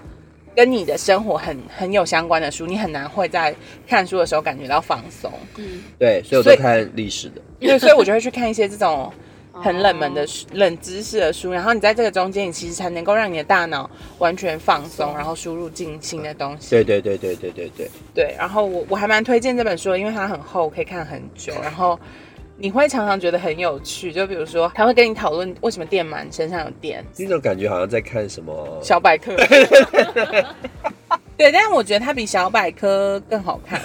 [SPEAKER 1] 跟你的生活很很有相关的书，你很难会在看书的时候感觉到放松。
[SPEAKER 3] 嗯，
[SPEAKER 2] 对，所以我
[SPEAKER 1] 所
[SPEAKER 2] 都
[SPEAKER 1] 以
[SPEAKER 2] 看历史的。
[SPEAKER 1] 对，所以我就会去看一些这种很冷门
[SPEAKER 3] 哦
[SPEAKER 1] 的书、冷知识的书，然后你在这个中间，你其实才能够让你的大脑完全放松，然后输入进新的东西。
[SPEAKER 2] 对对对对对对对，
[SPEAKER 1] 对，然后我我还蛮推荐这本书的，因为它很厚，可以看很久，然后你会常常觉得很有趣。就比如说，他会跟你讨论为什么电鳗身上有电，
[SPEAKER 2] 那种感觉好像在看什么
[SPEAKER 1] 小百科。对，但是我觉得它比小百科更好看。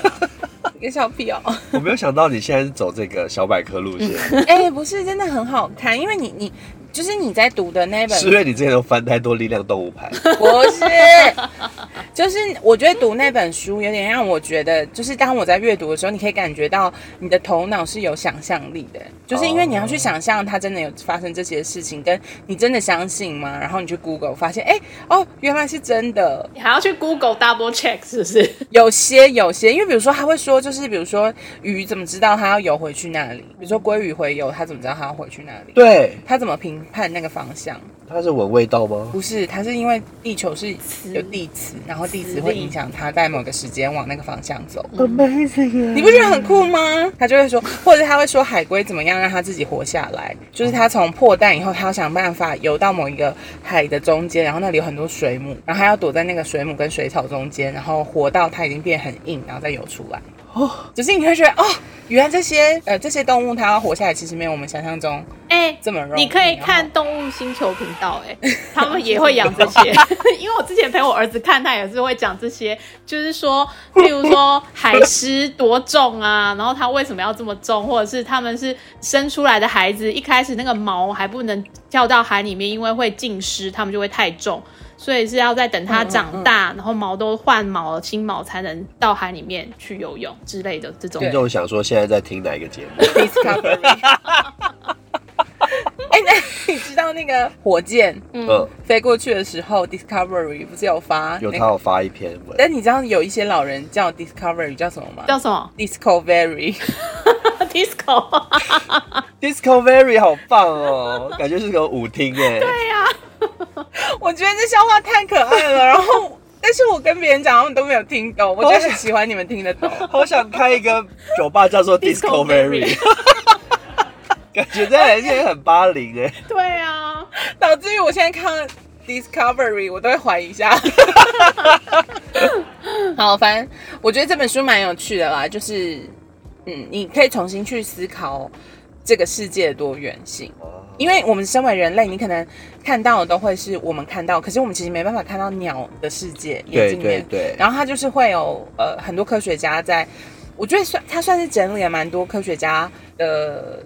[SPEAKER 1] 一个小屁哦，
[SPEAKER 2] 我没有想到你现在是走这个 小百科路线，
[SPEAKER 1] 哎、不是，真的很好看，因为你你就是你在读的那本
[SPEAKER 2] 是因为你之前都翻太多力量动物 牌，
[SPEAKER 1] 不是，就是我觉得读那本书有点让我觉得，就是当我在阅读的时候，你可以感觉到你的头脑是有想象力的，就是因为你要去想象它真的有发生这些事情，跟你真的相信吗？然后你去 Google 发现，哎、哦，原来是真的。
[SPEAKER 3] 你还要去 Google double check 是不是？
[SPEAKER 1] 有些有些，因为比如说他会说，就是比如说鱼怎么知道它要游回去那里？比如说鲑鱼回游，它怎么知道它要回去那里？
[SPEAKER 2] 对，
[SPEAKER 1] 它怎么评判那个方向？
[SPEAKER 2] 它是闻味道吗？
[SPEAKER 1] 不是，它是因为地球是有地磁，然后地磁会影响它在某个时间往那个方向走。
[SPEAKER 2] Amazing！
[SPEAKER 1] 你不觉得很酷吗？他就会说，或者他会说海龟怎么样让它自己活下来，就是它从破蛋以后，它要想办法游到某一个海的中间，然后那里有很多水母，然后它要躲在那个水母跟水草中间，然后活到它已经变很硬，然后再游出来。哦，只是你会觉得哦，原来这些呃这些动物它要活下来，其实没有我们想象中
[SPEAKER 3] 哎、
[SPEAKER 1] 这么容易。
[SPEAKER 3] 你可以
[SPEAKER 1] 然后
[SPEAKER 3] 看动物星球频道、哎，他们也会养这些。因为我之前陪我儿子看，他也是会讲这些，就是说，譬如说海狮多重啊，然后它为什么要这么重，或者是他们是生出来的孩子一开始那个毛还不能跳到海里面，因为会浸湿，他们就会太重。所以是要再等它长大，然后毛都换毛了，新毛才能到海里面去游泳之类的这种。
[SPEAKER 2] 听众想说现在在听哪一个节目？
[SPEAKER 1] Discovery。哎、那你知道那个火箭
[SPEAKER 2] 嗯，
[SPEAKER 1] 飞过去的时候，Discovery 不是有发、那
[SPEAKER 2] 有
[SPEAKER 1] 个
[SPEAKER 2] 他有发一篇文，
[SPEAKER 1] 但你知道有一些老人叫 Discovery 叫什么吗
[SPEAKER 3] 叫什么
[SPEAKER 1] ？Discovery。
[SPEAKER 3] ？disco。
[SPEAKER 2] Discovery 好棒哦，感觉是个舞厅哎。
[SPEAKER 3] 啊
[SPEAKER 1] 我觉得这笑话太可爱了，然后。但是我跟别人讲，他们都没有听懂，我真的很喜欢你们听得懂。
[SPEAKER 2] 好想开一个酒吧叫 做 Discovery，感觉这很现在很八零哎。
[SPEAKER 3] 对啊，
[SPEAKER 1] 导致于我现在看到 Discovery，我都会怀疑一下。 好，反正我觉得这本书蛮有趣的啦，就是嗯，你可以重新去思考这个世界的多元性。
[SPEAKER 2] 嗯
[SPEAKER 1] 因为我们身为人类，你可能看到的都会是我们看到，可是我们其实没办法看到鸟的世界，眼
[SPEAKER 2] 对
[SPEAKER 1] 睛里
[SPEAKER 2] 对
[SPEAKER 1] 面
[SPEAKER 2] 对，
[SPEAKER 1] 然后他就是会有呃很多科学家在，我觉得算他算是整理了蛮多科学家的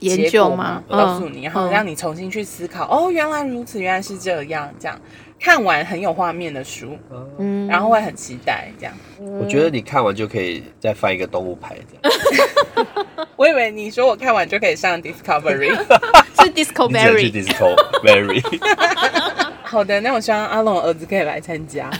[SPEAKER 3] 研
[SPEAKER 1] 结
[SPEAKER 3] 究
[SPEAKER 1] 果
[SPEAKER 3] 吗？
[SPEAKER 1] 告诉你，
[SPEAKER 3] 嗯
[SPEAKER 1] 然后让你重新去思考。哦，原来如此，原来是这样，这样看完很有画面的书，
[SPEAKER 3] 嗯，
[SPEAKER 1] 然后会很期待这样。
[SPEAKER 2] 我觉得你看完就可以再翻一个动物牌 这样，
[SPEAKER 1] 我以为你说我看完就可以上 Discovery。
[SPEAKER 3] 是
[SPEAKER 2] 你只能去
[SPEAKER 3] Discovery，
[SPEAKER 2] Discovery。
[SPEAKER 1] 好的，那我希望阿龙儿子可以来参 加。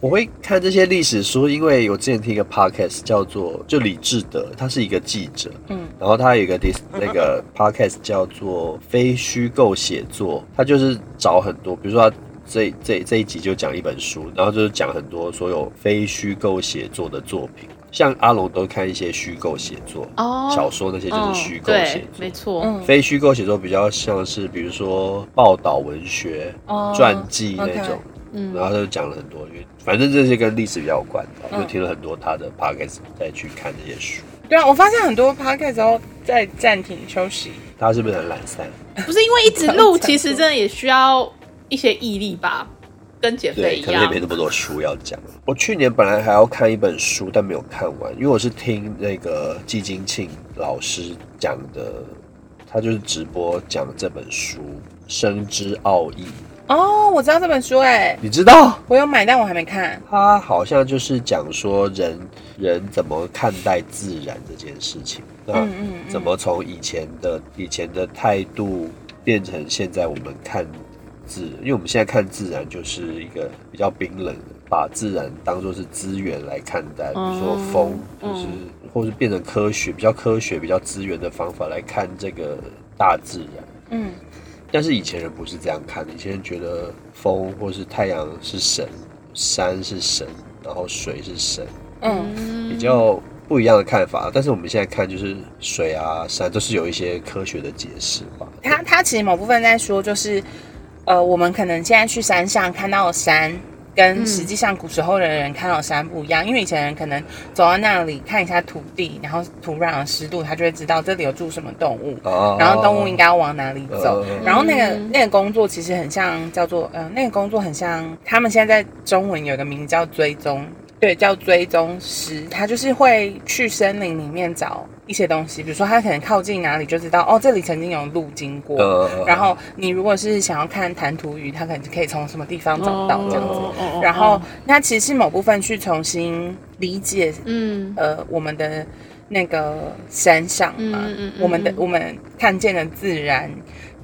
[SPEAKER 2] 我会看这些历史书，因为我之前听一个 podcast 叫做就李志德，他是一个记者，
[SPEAKER 1] 嗯
[SPEAKER 2] 然后他有一个 dis 那个 podcast 叫做非虚构写作，他就是找很多，比如说他这这这一集就讲一本书，然后就是讲很多所有非虚构写作的作品，像阿龙都看一些虚构写作，
[SPEAKER 3] 哦
[SPEAKER 2] 小说那些就是虚构
[SPEAKER 3] 对，
[SPEAKER 2] 写作
[SPEAKER 3] 没。错，
[SPEAKER 1] 嗯，
[SPEAKER 2] 非虚构写作比较像是，比如说报道文学、
[SPEAKER 1] 哦
[SPEAKER 2] 传记那种
[SPEAKER 1] OK
[SPEAKER 3] 嗯
[SPEAKER 2] 然后他就讲了很多，因为反正这些跟历史比较有关的，我
[SPEAKER 1] 嗯
[SPEAKER 2] 就听了很多他的 podcast 再去看这些书。
[SPEAKER 1] 对啊，我发现很多 podcast 都在暂停休息。
[SPEAKER 2] 他是不是很懒散？
[SPEAKER 3] 不是因为一直录，其实真的也需要一些毅力吧，跟减肥
[SPEAKER 2] 对，
[SPEAKER 3] 一
[SPEAKER 2] 可能也
[SPEAKER 3] 样
[SPEAKER 2] 没。那么多书要讲。我去年本来还要看一本书，但没有看完，因为我是听那个季金庆老师讲的，他就是直播讲这本书《生之奥义》，
[SPEAKER 1] 哦，我知道这本书哎、
[SPEAKER 2] 你知道？
[SPEAKER 1] 我有买，但我还没看。
[SPEAKER 2] 他好像就是讲说人人怎么看待自然这件事情，那
[SPEAKER 1] 嗯嗯嗯
[SPEAKER 2] 怎么从以前的以前的态度变成现在我们看自，因为我们现在看自然就是一个比较冰冷的，把自然当做是资源来看待，比
[SPEAKER 1] 哦
[SPEAKER 2] 如说风，就是
[SPEAKER 1] 嗯
[SPEAKER 2] 或是变成科学比较科学比较资源的方法来看这个大自然。
[SPEAKER 1] 嗯，
[SPEAKER 2] 但是以前人不是这样看的，以前人觉得风或是太阳是神，山是神，然后水是神，
[SPEAKER 1] 嗯，
[SPEAKER 2] 比较不一样的看法。但是我们现在看，就是水啊、山都是有一些科学的解释吧。
[SPEAKER 1] 他他其实某部分在说，就是呃，我们可能现在去山上看到的山，跟实际上古时候的人看到的山不一样，因为以前人可能走到那里看一下土地，然后土壤的湿度，他就会知道这里有住什么动物，
[SPEAKER 2] 哦
[SPEAKER 1] 然后动物应该要往哪里走。
[SPEAKER 2] 嗯
[SPEAKER 1] 然后那个那个工作其实很像叫做呃，那个工作很像他们现在在中文有个名字叫追踪，对，叫追踪师，他就是会去森林里面找一些东西，比如说他可能靠近哪里就知道哦，这里曾经有路经过。
[SPEAKER 2] 呃
[SPEAKER 1] 然后你如果是想要看弹涂鱼，它可能就可以从什么地方找到这样子。
[SPEAKER 3] 哦哦哦哦
[SPEAKER 1] 然后那其实是某部分去重新理解
[SPEAKER 3] 嗯，
[SPEAKER 1] 呃我们的那个山上嘛，
[SPEAKER 3] 嗯嗯嗯嗯
[SPEAKER 1] 我们的
[SPEAKER 3] 嗯
[SPEAKER 1] 我们看见的自然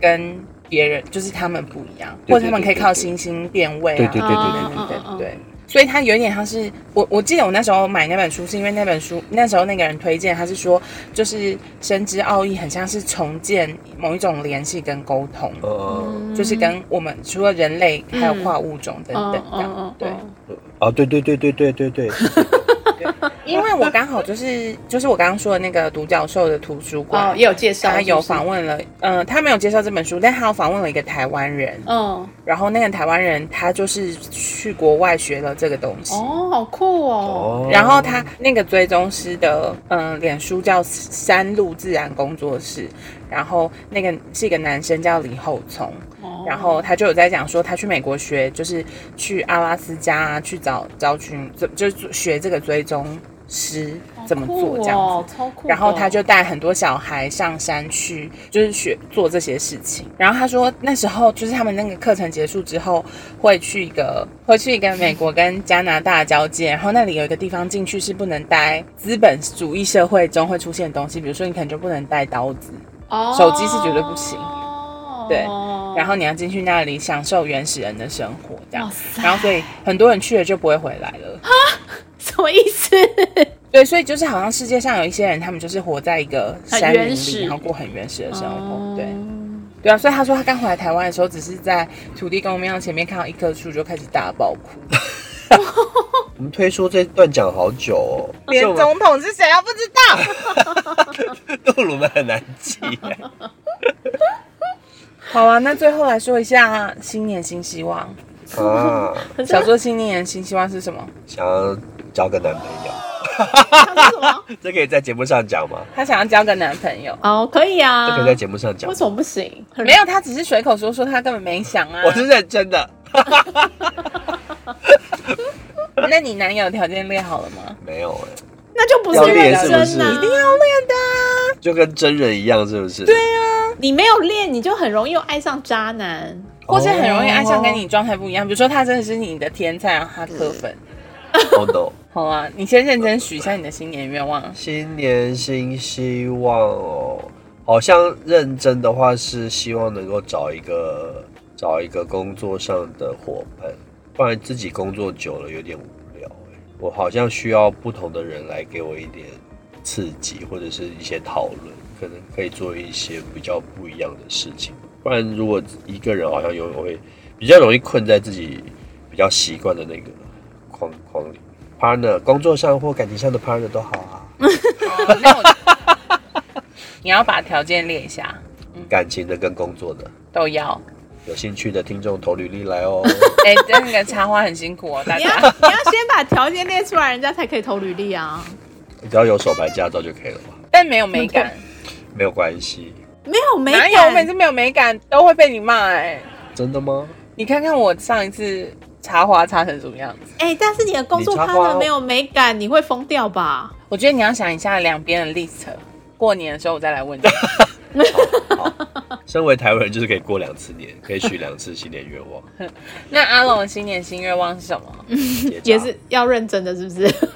[SPEAKER 1] 跟别人就是他们不一样，
[SPEAKER 2] 对
[SPEAKER 1] 或者他们可以靠
[SPEAKER 2] 对对对
[SPEAKER 1] 星星辨位啊，
[SPEAKER 2] 对对对对
[SPEAKER 1] 对
[SPEAKER 2] 对
[SPEAKER 1] 对
[SPEAKER 3] 嗯嗯
[SPEAKER 1] 对
[SPEAKER 3] 嗯
[SPEAKER 1] 对。所以它有点像是我，我记得我那时候买那本书，是因为那本书那时候那个人推荐，他是说就是深知奥义很像是重建某一种联系跟沟通，
[SPEAKER 2] 呃
[SPEAKER 1] 就是跟我们除了人类还有
[SPEAKER 2] 哦
[SPEAKER 3] 嗯
[SPEAKER 1] 跨物种等等这样，对。
[SPEAKER 2] 哦，对对对对对对对，
[SPEAKER 1] 因为我刚好就是就是我刚刚说的那个独角兽的图书馆，
[SPEAKER 3] 哦，也有介绍，
[SPEAKER 1] 他
[SPEAKER 3] 是不
[SPEAKER 1] 有
[SPEAKER 3] 是
[SPEAKER 1] 访问了，嗯、他没有介绍这本书，但他有访问了一个台湾人，
[SPEAKER 3] 嗯，
[SPEAKER 1] 然后那个台湾人他就是去国外学了这个东西。
[SPEAKER 3] 哦，好酷哦，
[SPEAKER 2] 哦
[SPEAKER 1] 然后他那个追踪师的嗯、脸书叫山路自然工作室，然后那个是一个男生叫李厚聪，
[SPEAKER 3] 哦
[SPEAKER 1] 然后他就有在讲说他去美国学，就是去阿拉斯加、啊、去找找寻，就就是学这个追踪师怎么做这样子。
[SPEAKER 3] 哦，超酷的。
[SPEAKER 1] 然后他就带很多小孩上山去，就是学做这些事情。然后他说那时候就是他们那个课程结束之后，会去一个会去一个美国跟加拿大交界，然后那里有一个地方进去是不能带资本主义社会中会出现的东西，比如说你可能就不能带刀子，
[SPEAKER 3] 哦
[SPEAKER 1] 手机是绝对不行对然
[SPEAKER 3] 后
[SPEAKER 1] 后你要进去那里享受原始人的生活这样
[SPEAKER 3] 哦哇。塞
[SPEAKER 1] 然后所以很多人去了就不会回来了。
[SPEAKER 3] 什么意思？
[SPEAKER 1] 对，所以就是好像世界上有一些人，他们就是活在一个
[SPEAKER 3] 很
[SPEAKER 1] 山林
[SPEAKER 3] 原
[SPEAKER 1] 里，
[SPEAKER 3] 始
[SPEAKER 1] 然后过很原始的生活。对。
[SPEAKER 3] 嗯
[SPEAKER 1] 对啊，所以他说他刚回来台湾的时候，只是在土地公庙前面看到一棵树就开始大爆哭，
[SPEAKER 2] 我们推出这段讲好久哦，
[SPEAKER 1] 连
[SPEAKER 2] 这我
[SPEAKER 1] 总统是谁啊？不知道。
[SPEAKER 2] 们都我们很难记耶。
[SPEAKER 1] 好啊，那最后来说一下新年新希望。
[SPEAKER 2] 啊，
[SPEAKER 1] 小做新年新希望是什么？
[SPEAKER 2] 想要交个男朋友，
[SPEAKER 3] 他说什么？
[SPEAKER 2] 这可以在节目上讲吗？
[SPEAKER 1] 他想要交个男朋友，
[SPEAKER 3] 哦，可以
[SPEAKER 2] 这
[SPEAKER 3] 啊
[SPEAKER 2] 可以。在节目上讲
[SPEAKER 3] 为。什么不行？很
[SPEAKER 1] 没有，他只是随口说说，他根本没想啊。
[SPEAKER 2] 我是认真的，
[SPEAKER 1] 那你男友条件列好了吗？
[SPEAKER 2] 没有哎、
[SPEAKER 3] 那就不是
[SPEAKER 2] 要
[SPEAKER 3] 认
[SPEAKER 2] 练是不是
[SPEAKER 3] 真啊！
[SPEAKER 2] 一定
[SPEAKER 1] 要列的啊。
[SPEAKER 2] 就跟真人一样，是不是？对啊，
[SPEAKER 3] 你没有练，你就很容易又爱上渣 男。
[SPEAKER 1] 或是很容
[SPEAKER 2] 哦
[SPEAKER 1] 易爱上跟你状态不一样，比如说他真的是你的天菜，然后他磕粉。
[SPEAKER 2] 哦 no，
[SPEAKER 1] 好啊，你先认真许一下你的新年愿望。
[SPEAKER 2] 新年新希望哦，好像认真的话是希望能够找一个找一个工作上的伙伴，不然自己工作久了有点无聊哎、我好像需要不同的人来给我一点刺激，或者是一些讨论，可能可以做一些比较不一样的事情。不然如果一个人好像永远会比较容易困在自己比较习惯的那个框框里。partner 工作上或感情上的 partner 都好啊。
[SPEAKER 1] 哦那我 你要把条件列一下，
[SPEAKER 2] 感情的跟工作的。
[SPEAKER 1] 都要。
[SPEAKER 2] 有兴趣的听众投履历来 哦。
[SPEAKER 1] 哎、那个插花很辛苦哦，大
[SPEAKER 3] 你要
[SPEAKER 1] 家。
[SPEAKER 3] 你要先把条件列出来，人家才可以投履历啊。
[SPEAKER 2] 只要有手牌驾照就可以了吧？
[SPEAKER 1] 但没有美感，
[SPEAKER 2] 没有关系。
[SPEAKER 3] 没有没
[SPEAKER 1] 哪有？我每次没有美感都会被你骂哎、
[SPEAKER 2] 真的吗？
[SPEAKER 1] 你看看我上一次插花插成什么样子？
[SPEAKER 3] 哎、但是你的工作
[SPEAKER 2] 你插花
[SPEAKER 3] partner
[SPEAKER 2] 哦
[SPEAKER 3] 没有美感，你会疯掉吧？
[SPEAKER 1] 我觉得你要想一下两边的 list，过年的时候我再来 问你。
[SPEAKER 2] 好，好身为台湾人就是可以过两次年，可以许两次新年愿 望，
[SPEAKER 1] 那阿龙的新年新愿望是什么？
[SPEAKER 2] 结扎
[SPEAKER 3] 也是要认真的，是不是？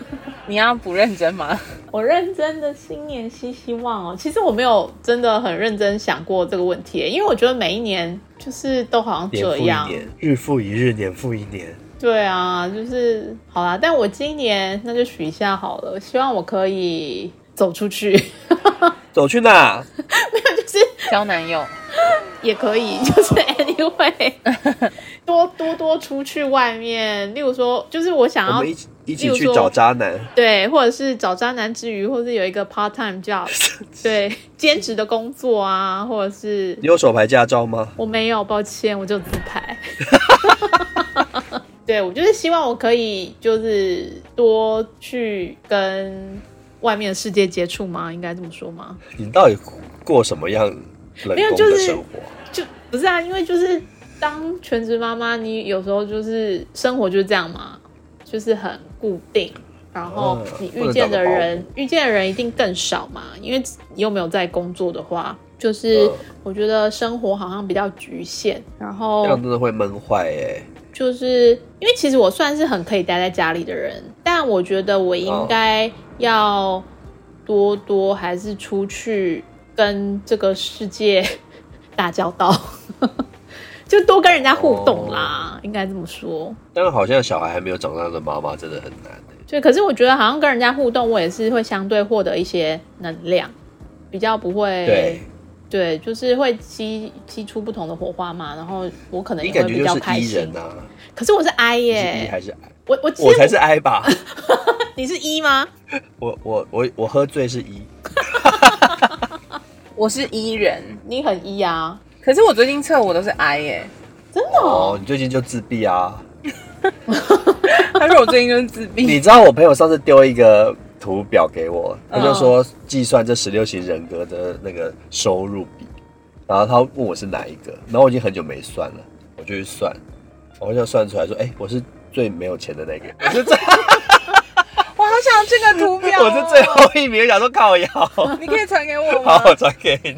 [SPEAKER 1] 你要不认真吗？
[SPEAKER 3] 我认真的新年新希望哦。其实我没有真的很认真想过这个问题，因为我觉得每一年就是都好像
[SPEAKER 2] 年
[SPEAKER 3] 这
[SPEAKER 2] 复
[SPEAKER 3] 样
[SPEAKER 2] 一。年，日复一日，年复一年。
[SPEAKER 3] 对啊，就是好啦。但我今年那就许一下好了，希望我可以走出去，
[SPEAKER 2] 走去哪？
[SPEAKER 3] 就是
[SPEAKER 1] 交男友？
[SPEAKER 3] 也可以，就是 anyway，多多多出去外面。例如说，就是我想
[SPEAKER 2] 我
[SPEAKER 3] 要
[SPEAKER 2] 们一起一
[SPEAKER 3] 例
[SPEAKER 2] 起
[SPEAKER 3] 如
[SPEAKER 2] 去
[SPEAKER 3] 说
[SPEAKER 2] 找渣男。
[SPEAKER 3] 对，或者是找渣男之余，或是有一个 part time job，对，兼职的工作啊，或者是
[SPEAKER 2] 你有手牌驾照吗？
[SPEAKER 3] 我没有，抱歉，我就自拍。对，我就是希望我可以就是多去跟外面的世界接触吗？应该这么说吗？
[SPEAKER 2] 你到底过什么样冷
[SPEAKER 3] 没有
[SPEAKER 2] 宫
[SPEAKER 3] 就
[SPEAKER 2] 的
[SPEAKER 3] 是
[SPEAKER 2] 生活？
[SPEAKER 3] 就不是啊，因为就是当全职妈妈，你有时候就是生活就是这样嘛，就是很固定。然后
[SPEAKER 2] 哦
[SPEAKER 3] 你
[SPEAKER 2] 不
[SPEAKER 3] 遇
[SPEAKER 2] 能
[SPEAKER 3] 见
[SPEAKER 2] 找
[SPEAKER 3] 的
[SPEAKER 2] 个保姆
[SPEAKER 3] 人，遇见的人一定更少嘛，因为你又没有在工作的话，就是
[SPEAKER 2] 嗯
[SPEAKER 3] 我觉得生活好像比较局限。然后
[SPEAKER 2] 这样真的会闷坏哎。
[SPEAKER 3] 就是因为其实我算是很可以待在家里的人，但我觉得我
[SPEAKER 2] 哦
[SPEAKER 3] 应该要多多还是出去跟这个世界 打交道， 就多跟人家互动
[SPEAKER 2] 哦
[SPEAKER 3] 啦，应该这么说。
[SPEAKER 2] 但好像小孩还没有长大的妈妈真的很难哎。
[SPEAKER 3] 就可是我觉得好像跟人家互动，我也是会相对获得一些能量，比较不会
[SPEAKER 2] 对，
[SPEAKER 3] 对就是会激激出不同的火花嘛。然后我可能
[SPEAKER 2] 你
[SPEAKER 3] 也会
[SPEAKER 2] 感觉
[SPEAKER 3] 比
[SPEAKER 2] 就
[SPEAKER 3] 较
[SPEAKER 2] 是
[SPEAKER 3] 开
[SPEAKER 2] E
[SPEAKER 3] 心
[SPEAKER 2] 人。啊，
[SPEAKER 3] 可是我是 I
[SPEAKER 2] 你
[SPEAKER 3] 耶、
[SPEAKER 2] 是 E 还是 I？
[SPEAKER 3] 我我其实
[SPEAKER 2] 我才是 I 吧？
[SPEAKER 3] 你是一吗？
[SPEAKER 2] 我我我我喝醉是一，
[SPEAKER 1] 我是 E 人，
[SPEAKER 3] 你很一啊，
[SPEAKER 1] 可是我最近测我都是 I 耶、
[SPEAKER 3] 真的
[SPEAKER 2] 哦
[SPEAKER 3] 哦，，
[SPEAKER 2] 你最近就自闭啊？
[SPEAKER 1] 他说我最近就是自闭。
[SPEAKER 2] 你知道我朋友上次丢一个图表给我，他就说计算这十六型人格的那个收入比，然后他问我是哪一个，然后我已经很久没算了，我就去算，我就算出来说，哎、我是最没有钱的那个，我是最
[SPEAKER 1] 我好想要这个图表、哦，
[SPEAKER 2] 我是最后一名，我想说靠腰，
[SPEAKER 1] 你可以传给我吗
[SPEAKER 2] 好，？我传给你。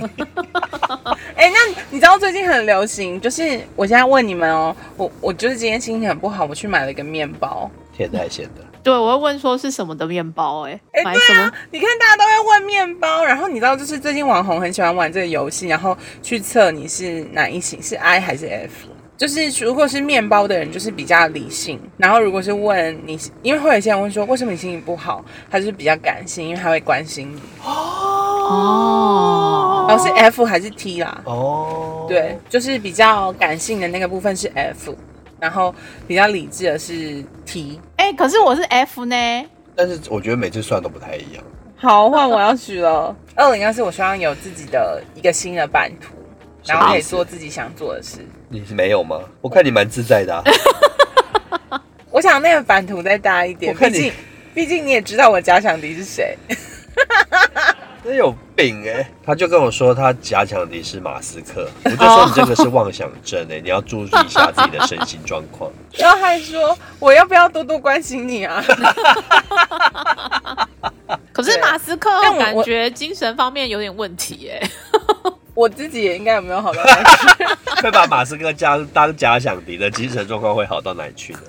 [SPEAKER 1] 哎、那你知道最近很流行，就是我现在问你们哦，我我就是今天心情很不好，我去买了一个面包。
[SPEAKER 2] 天太咸的，
[SPEAKER 3] 对，我会问说是什么的面包、欸，
[SPEAKER 1] 哎、
[SPEAKER 3] 买什
[SPEAKER 1] 对
[SPEAKER 3] 么？
[SPEAKER 1] 啊，你看大家都会问面包，然后你知道，就是最近网红很喜欢玩这个游戏，然后去测你是哪一型，是 I 还是 F。就是如果是面包的人，就是比较理性；然后如果是问你，因为会有些人会说为什么你心情不好，他就是比较感性，因为他会关心你。
[SPEAKER 3] 哦，
[SPEAKER 1] 然后是 F 还是 T 啦？
[SPEAKER 2] 哦，
[SPEAKER 1] 对，，就是比较感性的那个部分是 F，然后比较理智的是 T。
[SPEAKER 3] 哎、可是我是 F 呢，
[SPEAKER 2] 但是我觉得每次算都不太一样。
[SPEAKER 1] 好，换我要许了。二零二四，我希望有自己的一个新的版图，然后可以做自己想做的事。
[SPEAKER 2] 你是没有吗？我看你蛮自在的、啊，
[SPEAKER 1] 我想那个版图再大一点，
[SPEAKER 2] 我
[SPEAKER 1] 毕
[SPEAKER 2] 看你
[SPEAKER 1] 竟毕竟你也知道我假想敌是谁。
[SPEAKER 2] 真有病哎、他就跟我说他假想敌是马斯克，我就说你这个是妄想症哎、你要注意一下自己的身心状况。
[SPEAKER 1] 然后还说我要不要多多关心你 啊？
[SPEAKER 3] 可是
[SPEAKER 1] 对
[SPEAKER 3] 马斯克
[SPEAKER 1] 但我
[SPEAKER 3] 感
[SPEAKER 1] 我
[SPEAKER 3] 觉精神方面有点问题、欸，哎，
[SPEAKER 1] 我自己也应该有没有好到哪里去？
[SPEAKER 2] 会把马斯克加当假想敌的精神状况会好到哪里去呢？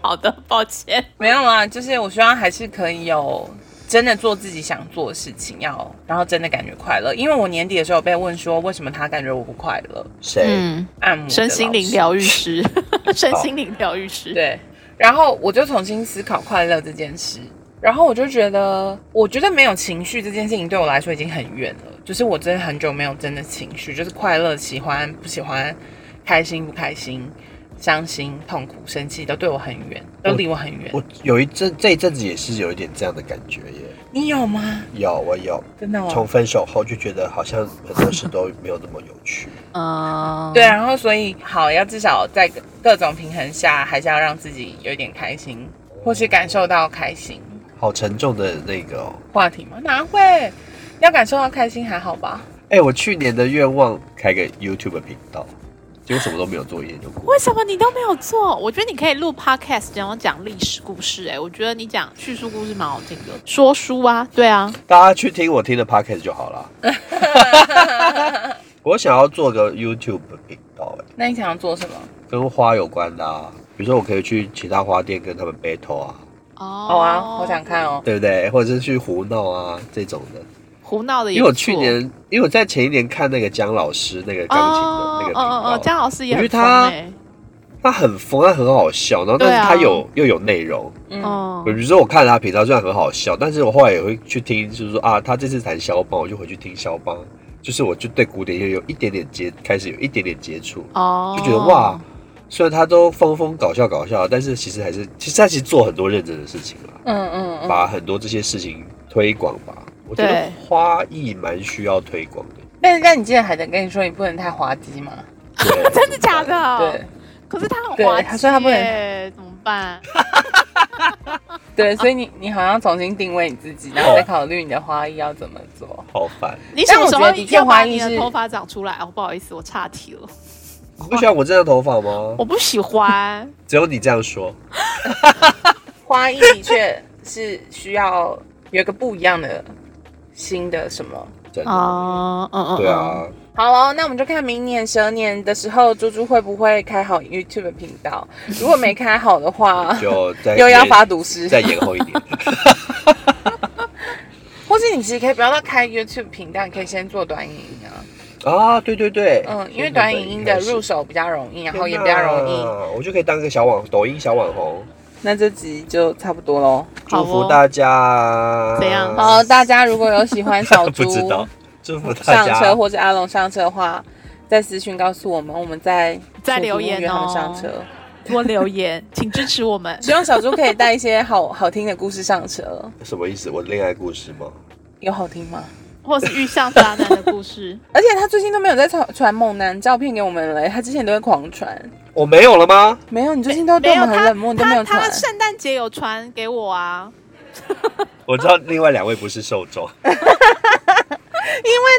[SPEAKER 3] 好的，抱歉。
[SPEAKER 1] 没有啊，就是我希望还是可以有真的做自己想做的事情，要然后真的感觉快乐。因为我年底的时候被问说，为什么他感觉我不快乐？
[SPEAKER 2] 谁？
[SPEAKER 3] 嗯，
[SPEAKER 1] 按摩的
[SPEAKER 3] 身心灵
[SPEAKER 1] 老
[SPEAKER 3] 疗愈师， 身心灵疗愈师
[SPEAKER 1] 师，对，然后我就重新思考快乐这件事，然后我就觉得，我觉得没有情绪这件事情对我来说已经很远了，就是我真的很久没有真的情绪，就是快乐、喜欢、不喜欢、开心、不开心、伤心、痛苦、生气都对我很远，都离我很远。
[SPEAKER 2] 我有一阵这一阵子也是有一点这样的感觉耶，
[SPEAKER 1] 你有吗？
[SPEAKER 2] 有我有，
[SPEAKER 1] 真的哦。
[SPEAKER 2] 从分手后就觉得好像很多事都没有那么有趣。
[SPEAKER 3] 嗯，
[SPEAKER 1] 对，啊然后所以好要至少在各各种平衡下，还是要让自己有一点开心，或是感受到开心。
[SPEAKER 2] 好沉重的那个哦。
[SPEAKER 1] 话题吗？哪会？要感受到开心还好吧？
[SPEAKER 2] 哎、我去年的愿望开个 YouTube 频道，结果什么都没有做，研究过
[SPEAKER 3] 为。什么你都没有做？我觉得你可以录 podcast，然后讲历史故事、欸。哎，我觉得你讲叙述故事蛮好听的，说书啊，对啊，
[SPEAKER 2] 大家去听我听的 podcast 就好 了。我想要做个 YouTube 频道、哎，
[SPEAKER 1] 那你想要做什么？
[SPEAKER 2] 跟花有关的啊，比如说我可以去其他花店跟他们 battle 啊，
[SPEAKER 3] 哦
[SPEAKER 1] 好、啊，好想看哦。
[SPEAKER 2] 对不对？或者是去胡闹啊这种的。
[SPEAKER 3] 胡闹的也
[SPEAKER 2] 因
[SPEAKER 3] 不
[SPEAKER 2] 为
[SPEAKER 3] 错，
[SPEAKER 2] 我去年，因为我在前一年看那个姜老师那个钢琴的那个频
[SPEAKER 3] 哦哦哦，
[SPEAKER 2] 道，
[SPEAKER 3] 姜老师也
[SPEAKER 2] 我
[SPEAKER 3] 很
[SPEAKER 2] 觉得
[SPEAKER 3] 疯
[SPEAKER 2] 他
[SPEAKER 3] 欸
[SPEAKER 2] 他很疯，他很好笑，然后但
[SPEAKER 3] 对
[SPEAKER 2] 是
[SPEAKER 3] 啊
[SPEAKER 2] 他有又有内容。
[SPEAKER 1] 嗯，
[SPEAKER 3] 哦
[SPEAKER 2] 比，如说我看了他频道虽然很好笑，但是我后来也会去听，就是说啊，他这次弹肖邦，我就回去听肖邦，就是我就对古典乐有一点点接，开始有一点点接触，
[SPEAKER 3] 哦，
[SPEAKER 2] 就觉得哇，，虽然他都疯疯搞笑搞笑，但是其实还是，其实他其实做很多认真的事情啦，
[SPEAKER 1] 嗯嗯嗯。
[SPEAKER 2] 把很多这些事情推广吧。我觉得
[SPEAKER 3] 对
[SPEAKER 2] 花艺蛮需要推广 的。
[SPEAKER 1] 但是但你之前还在跟你说你不能太滑稽嘛？
[SPEAKER 2] 对
[SPEAKER 3] 真的假？的
[SPEAKER 1] 对？
[SPEAKER 3] 可是他很
[SPEAKER 1] 对
[SPEAKER 3] 滑
[SPEAKER 1] 他
[SPEAKER 3] 稽
[SPEAKER 1] 说他不能
[SPEAKER 3] 耶，怎么 办？
[SPEAKER 1] 对，所以你你好像重新定位你自己，然后再考虑你的花艺要怎么做。
[SPEAKER 2] 好烦！
[SPEAKER 3] 你什么时
[SPEAKER 1] 但我觉得
[SPEAKER 3] 候
[SPEAKER 1] 的确
[SPEAKER 3] 要把
[SPEAKER 1] 花艺
[SPEAKER 3] 你的
[SPEAKER 1] 是
[SPEAKER 3] 头发长出来？哦，不好意思，我岔题了，
[SPEAKER 2] 你不喜欢我这样的头发吗
[SPEAKER 3] 我？不喜欢。
[SPEAKER 2] 只有你这样说。
[SPEAKER 1] 花艺的确是需要有一个不一样的新的什么
[SPEAKER 2] 真的，
[SPEAKER 3] 哦，嗯嗯，
[SPEAKER 2] 对
[SPEAKER 3] 嗯，
[SPEAKER 2] 啊，，
[SPEAKER 1] 好喽，那我们就看明年蛇年的时候，猪猪会不会开好 YouTube 频道？如果没开好的话
[SPEAKER 3] 哦
[SPEAKER 2] 就 再
[SPEAKER 1] 又要发毒誓。
[SPEAKER 2] 再延后一点。
[SPEAKER 1] 或是你其实可以不要到开 YouTube 频道，你可以先做短影音啊。
[SPEAKER 2] 啊，对对对，
[SPEAKER 1] 嗯，因为短影音的入
[SPEAKER 2] 手，
[SPEAKER 1] 手比较容易，然
[SPEAKER 2] 天
[SPEAKER 1] 后也比较容易。
[SPEAKER 2] 哪，我就可以当个小网抖音小网红，
[SPEAKER 1] 那这集就差不多喽。
[SPEAKER 3] 好
[SPEAKER 2] 祝福
[SPEAKER 3] 哦
[SPEAKER 2] 大家。
[SPEAKER 3] 怎样
[SPEAKER 1] 好，大家如果有喜欢小
[SPEAKER 2] 嗯不知
[SPEAKER 1] 猪
[SPEAKER 2] 道，祝福大
[SPEAKER 1] 上
[SPEAKER 2] 家。
[SPEAKER 1] 车或者阿龙上车的话，再私讯告诉我们，我们再
[SPEAKER 3] 再留言
[SPEAKER 1] 祝福
[SPEAKER 3] 哦
[SPEAKER 1] 约他们上车。
[SPEAKER 3] 多留言，请支持我 们。
[SPEAKER 1] 希望小猪可以带一些好好听的故事上车，
[SPEAKER 2] 什么意思？我的恋爱故事吗？
[SPEAKER 1] 有好听吗？
[SPEAKER 3] 或是遇上渣男的故 事，
[SPEAKER 1] 而且他最近都没有在传传猛男照片给我们了，他之前都会狂传。
[SPEAKER 2] 我没有了吗？
[SPEAKER 1] 没有，你最近都对
[SPEAKER 3] 没
[SPEAKER 1] 我
[SPEAKER 3] 有
[SPEAKER 1] 们很
[SPEAKER 3] 他
[SPEAKER 1] 冷漠，你都没
[SPEAKER 3] 他
[SPEAKER 1] 有
[SPEAKER 3] 他
[SPEAKER 1] 传。
[SPEAKER 3] 圣诞节有传给我啊，
[SPEAKER 2] 我知道另外两位不是受 众，
[SPEAKER 1] 因为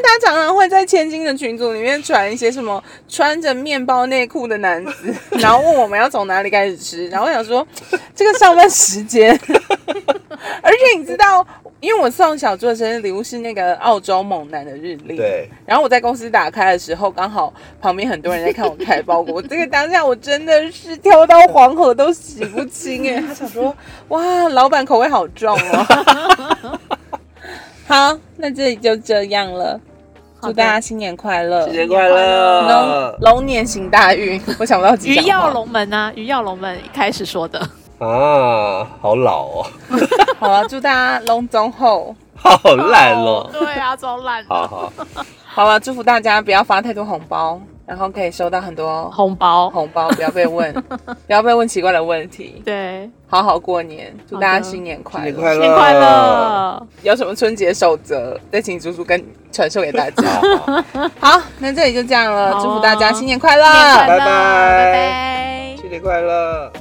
[SPEAKER 1] 他常常会在千金的群组里面传一些什么穿着面包内裤的男 子，然后问我们要从哪里开始吃，然后我想说 这个上班时间， 而且你知道，因为我送小猪的生日礼物是那个澳洲猛男的日历，
[SPEAKER 2] 对，
[SPEAKER 1] 然后我在公司打开的时候，刚好旁边很多人在看我开包裹，我 这个当下我真的是跳到黄河都洗不清 哎、他想说哇，老板口味好重哦。 好，那这里就这样了，祝
[SPEAKER 3] 好的
[SPEAKER 1] 大家新年快乐，
[SPEAKER 2] 新年快乐
[SPEAKER 1] 龙！龙年行大运。 我想不到吉
[SPEAKER 3] 鱼
[SPEAKER 1] 祥
[SPEAKER 3] 跃
[SPEAKER 1] 话。
[SPEAKER 3] 龙门啊，鱼跃龙门一开始说的，
[SPEAKER 2] 啊，好老哦，
[SPEAKER 1] 好了，祝大家龙总后。
[SPEAKER 2] 好烂哦。
[SPEAKER 3] 对啊，超烂
[SPEAKER 2] 好
[SPEAKER 3] 的
[SPEAKER 2] 好，
[SPEAKER 1] 好了，祝福大家不要发太多红包，然后可以收到很多
[SPEAKER 3] 红包，
[SPEAKER 1] 红包，不要被 问，不要被问奇怪的问题。
[SPEAKER 3] 对，
[SPEAKER 1] 好好过年，祝大家
[SPEAKER 3] 好的
[SPEAKER 1] 新年快
[SPEAKER 2] 新
[SPEAKER 1] 乐！
[SPEAKER 2] 年快乐！
[SPEAKER 3] 新年快乐，
[SPEAKER 1] 有什么春节守则，再请叔叔跟传授给大 家。
[SPEAKER 2] 好！好
[SPEAKER 1] 好，那这里就这样了，
[SPEAKER 3] 好啊
[SPEAKER 1] 祝福大家新年快乐！
[SPEAKER 3] 新年快乐，
[SPEAKER 2] 拜拜
[SPEAKER 3] 拜拜
[SPEAKER 2] 新年快乐！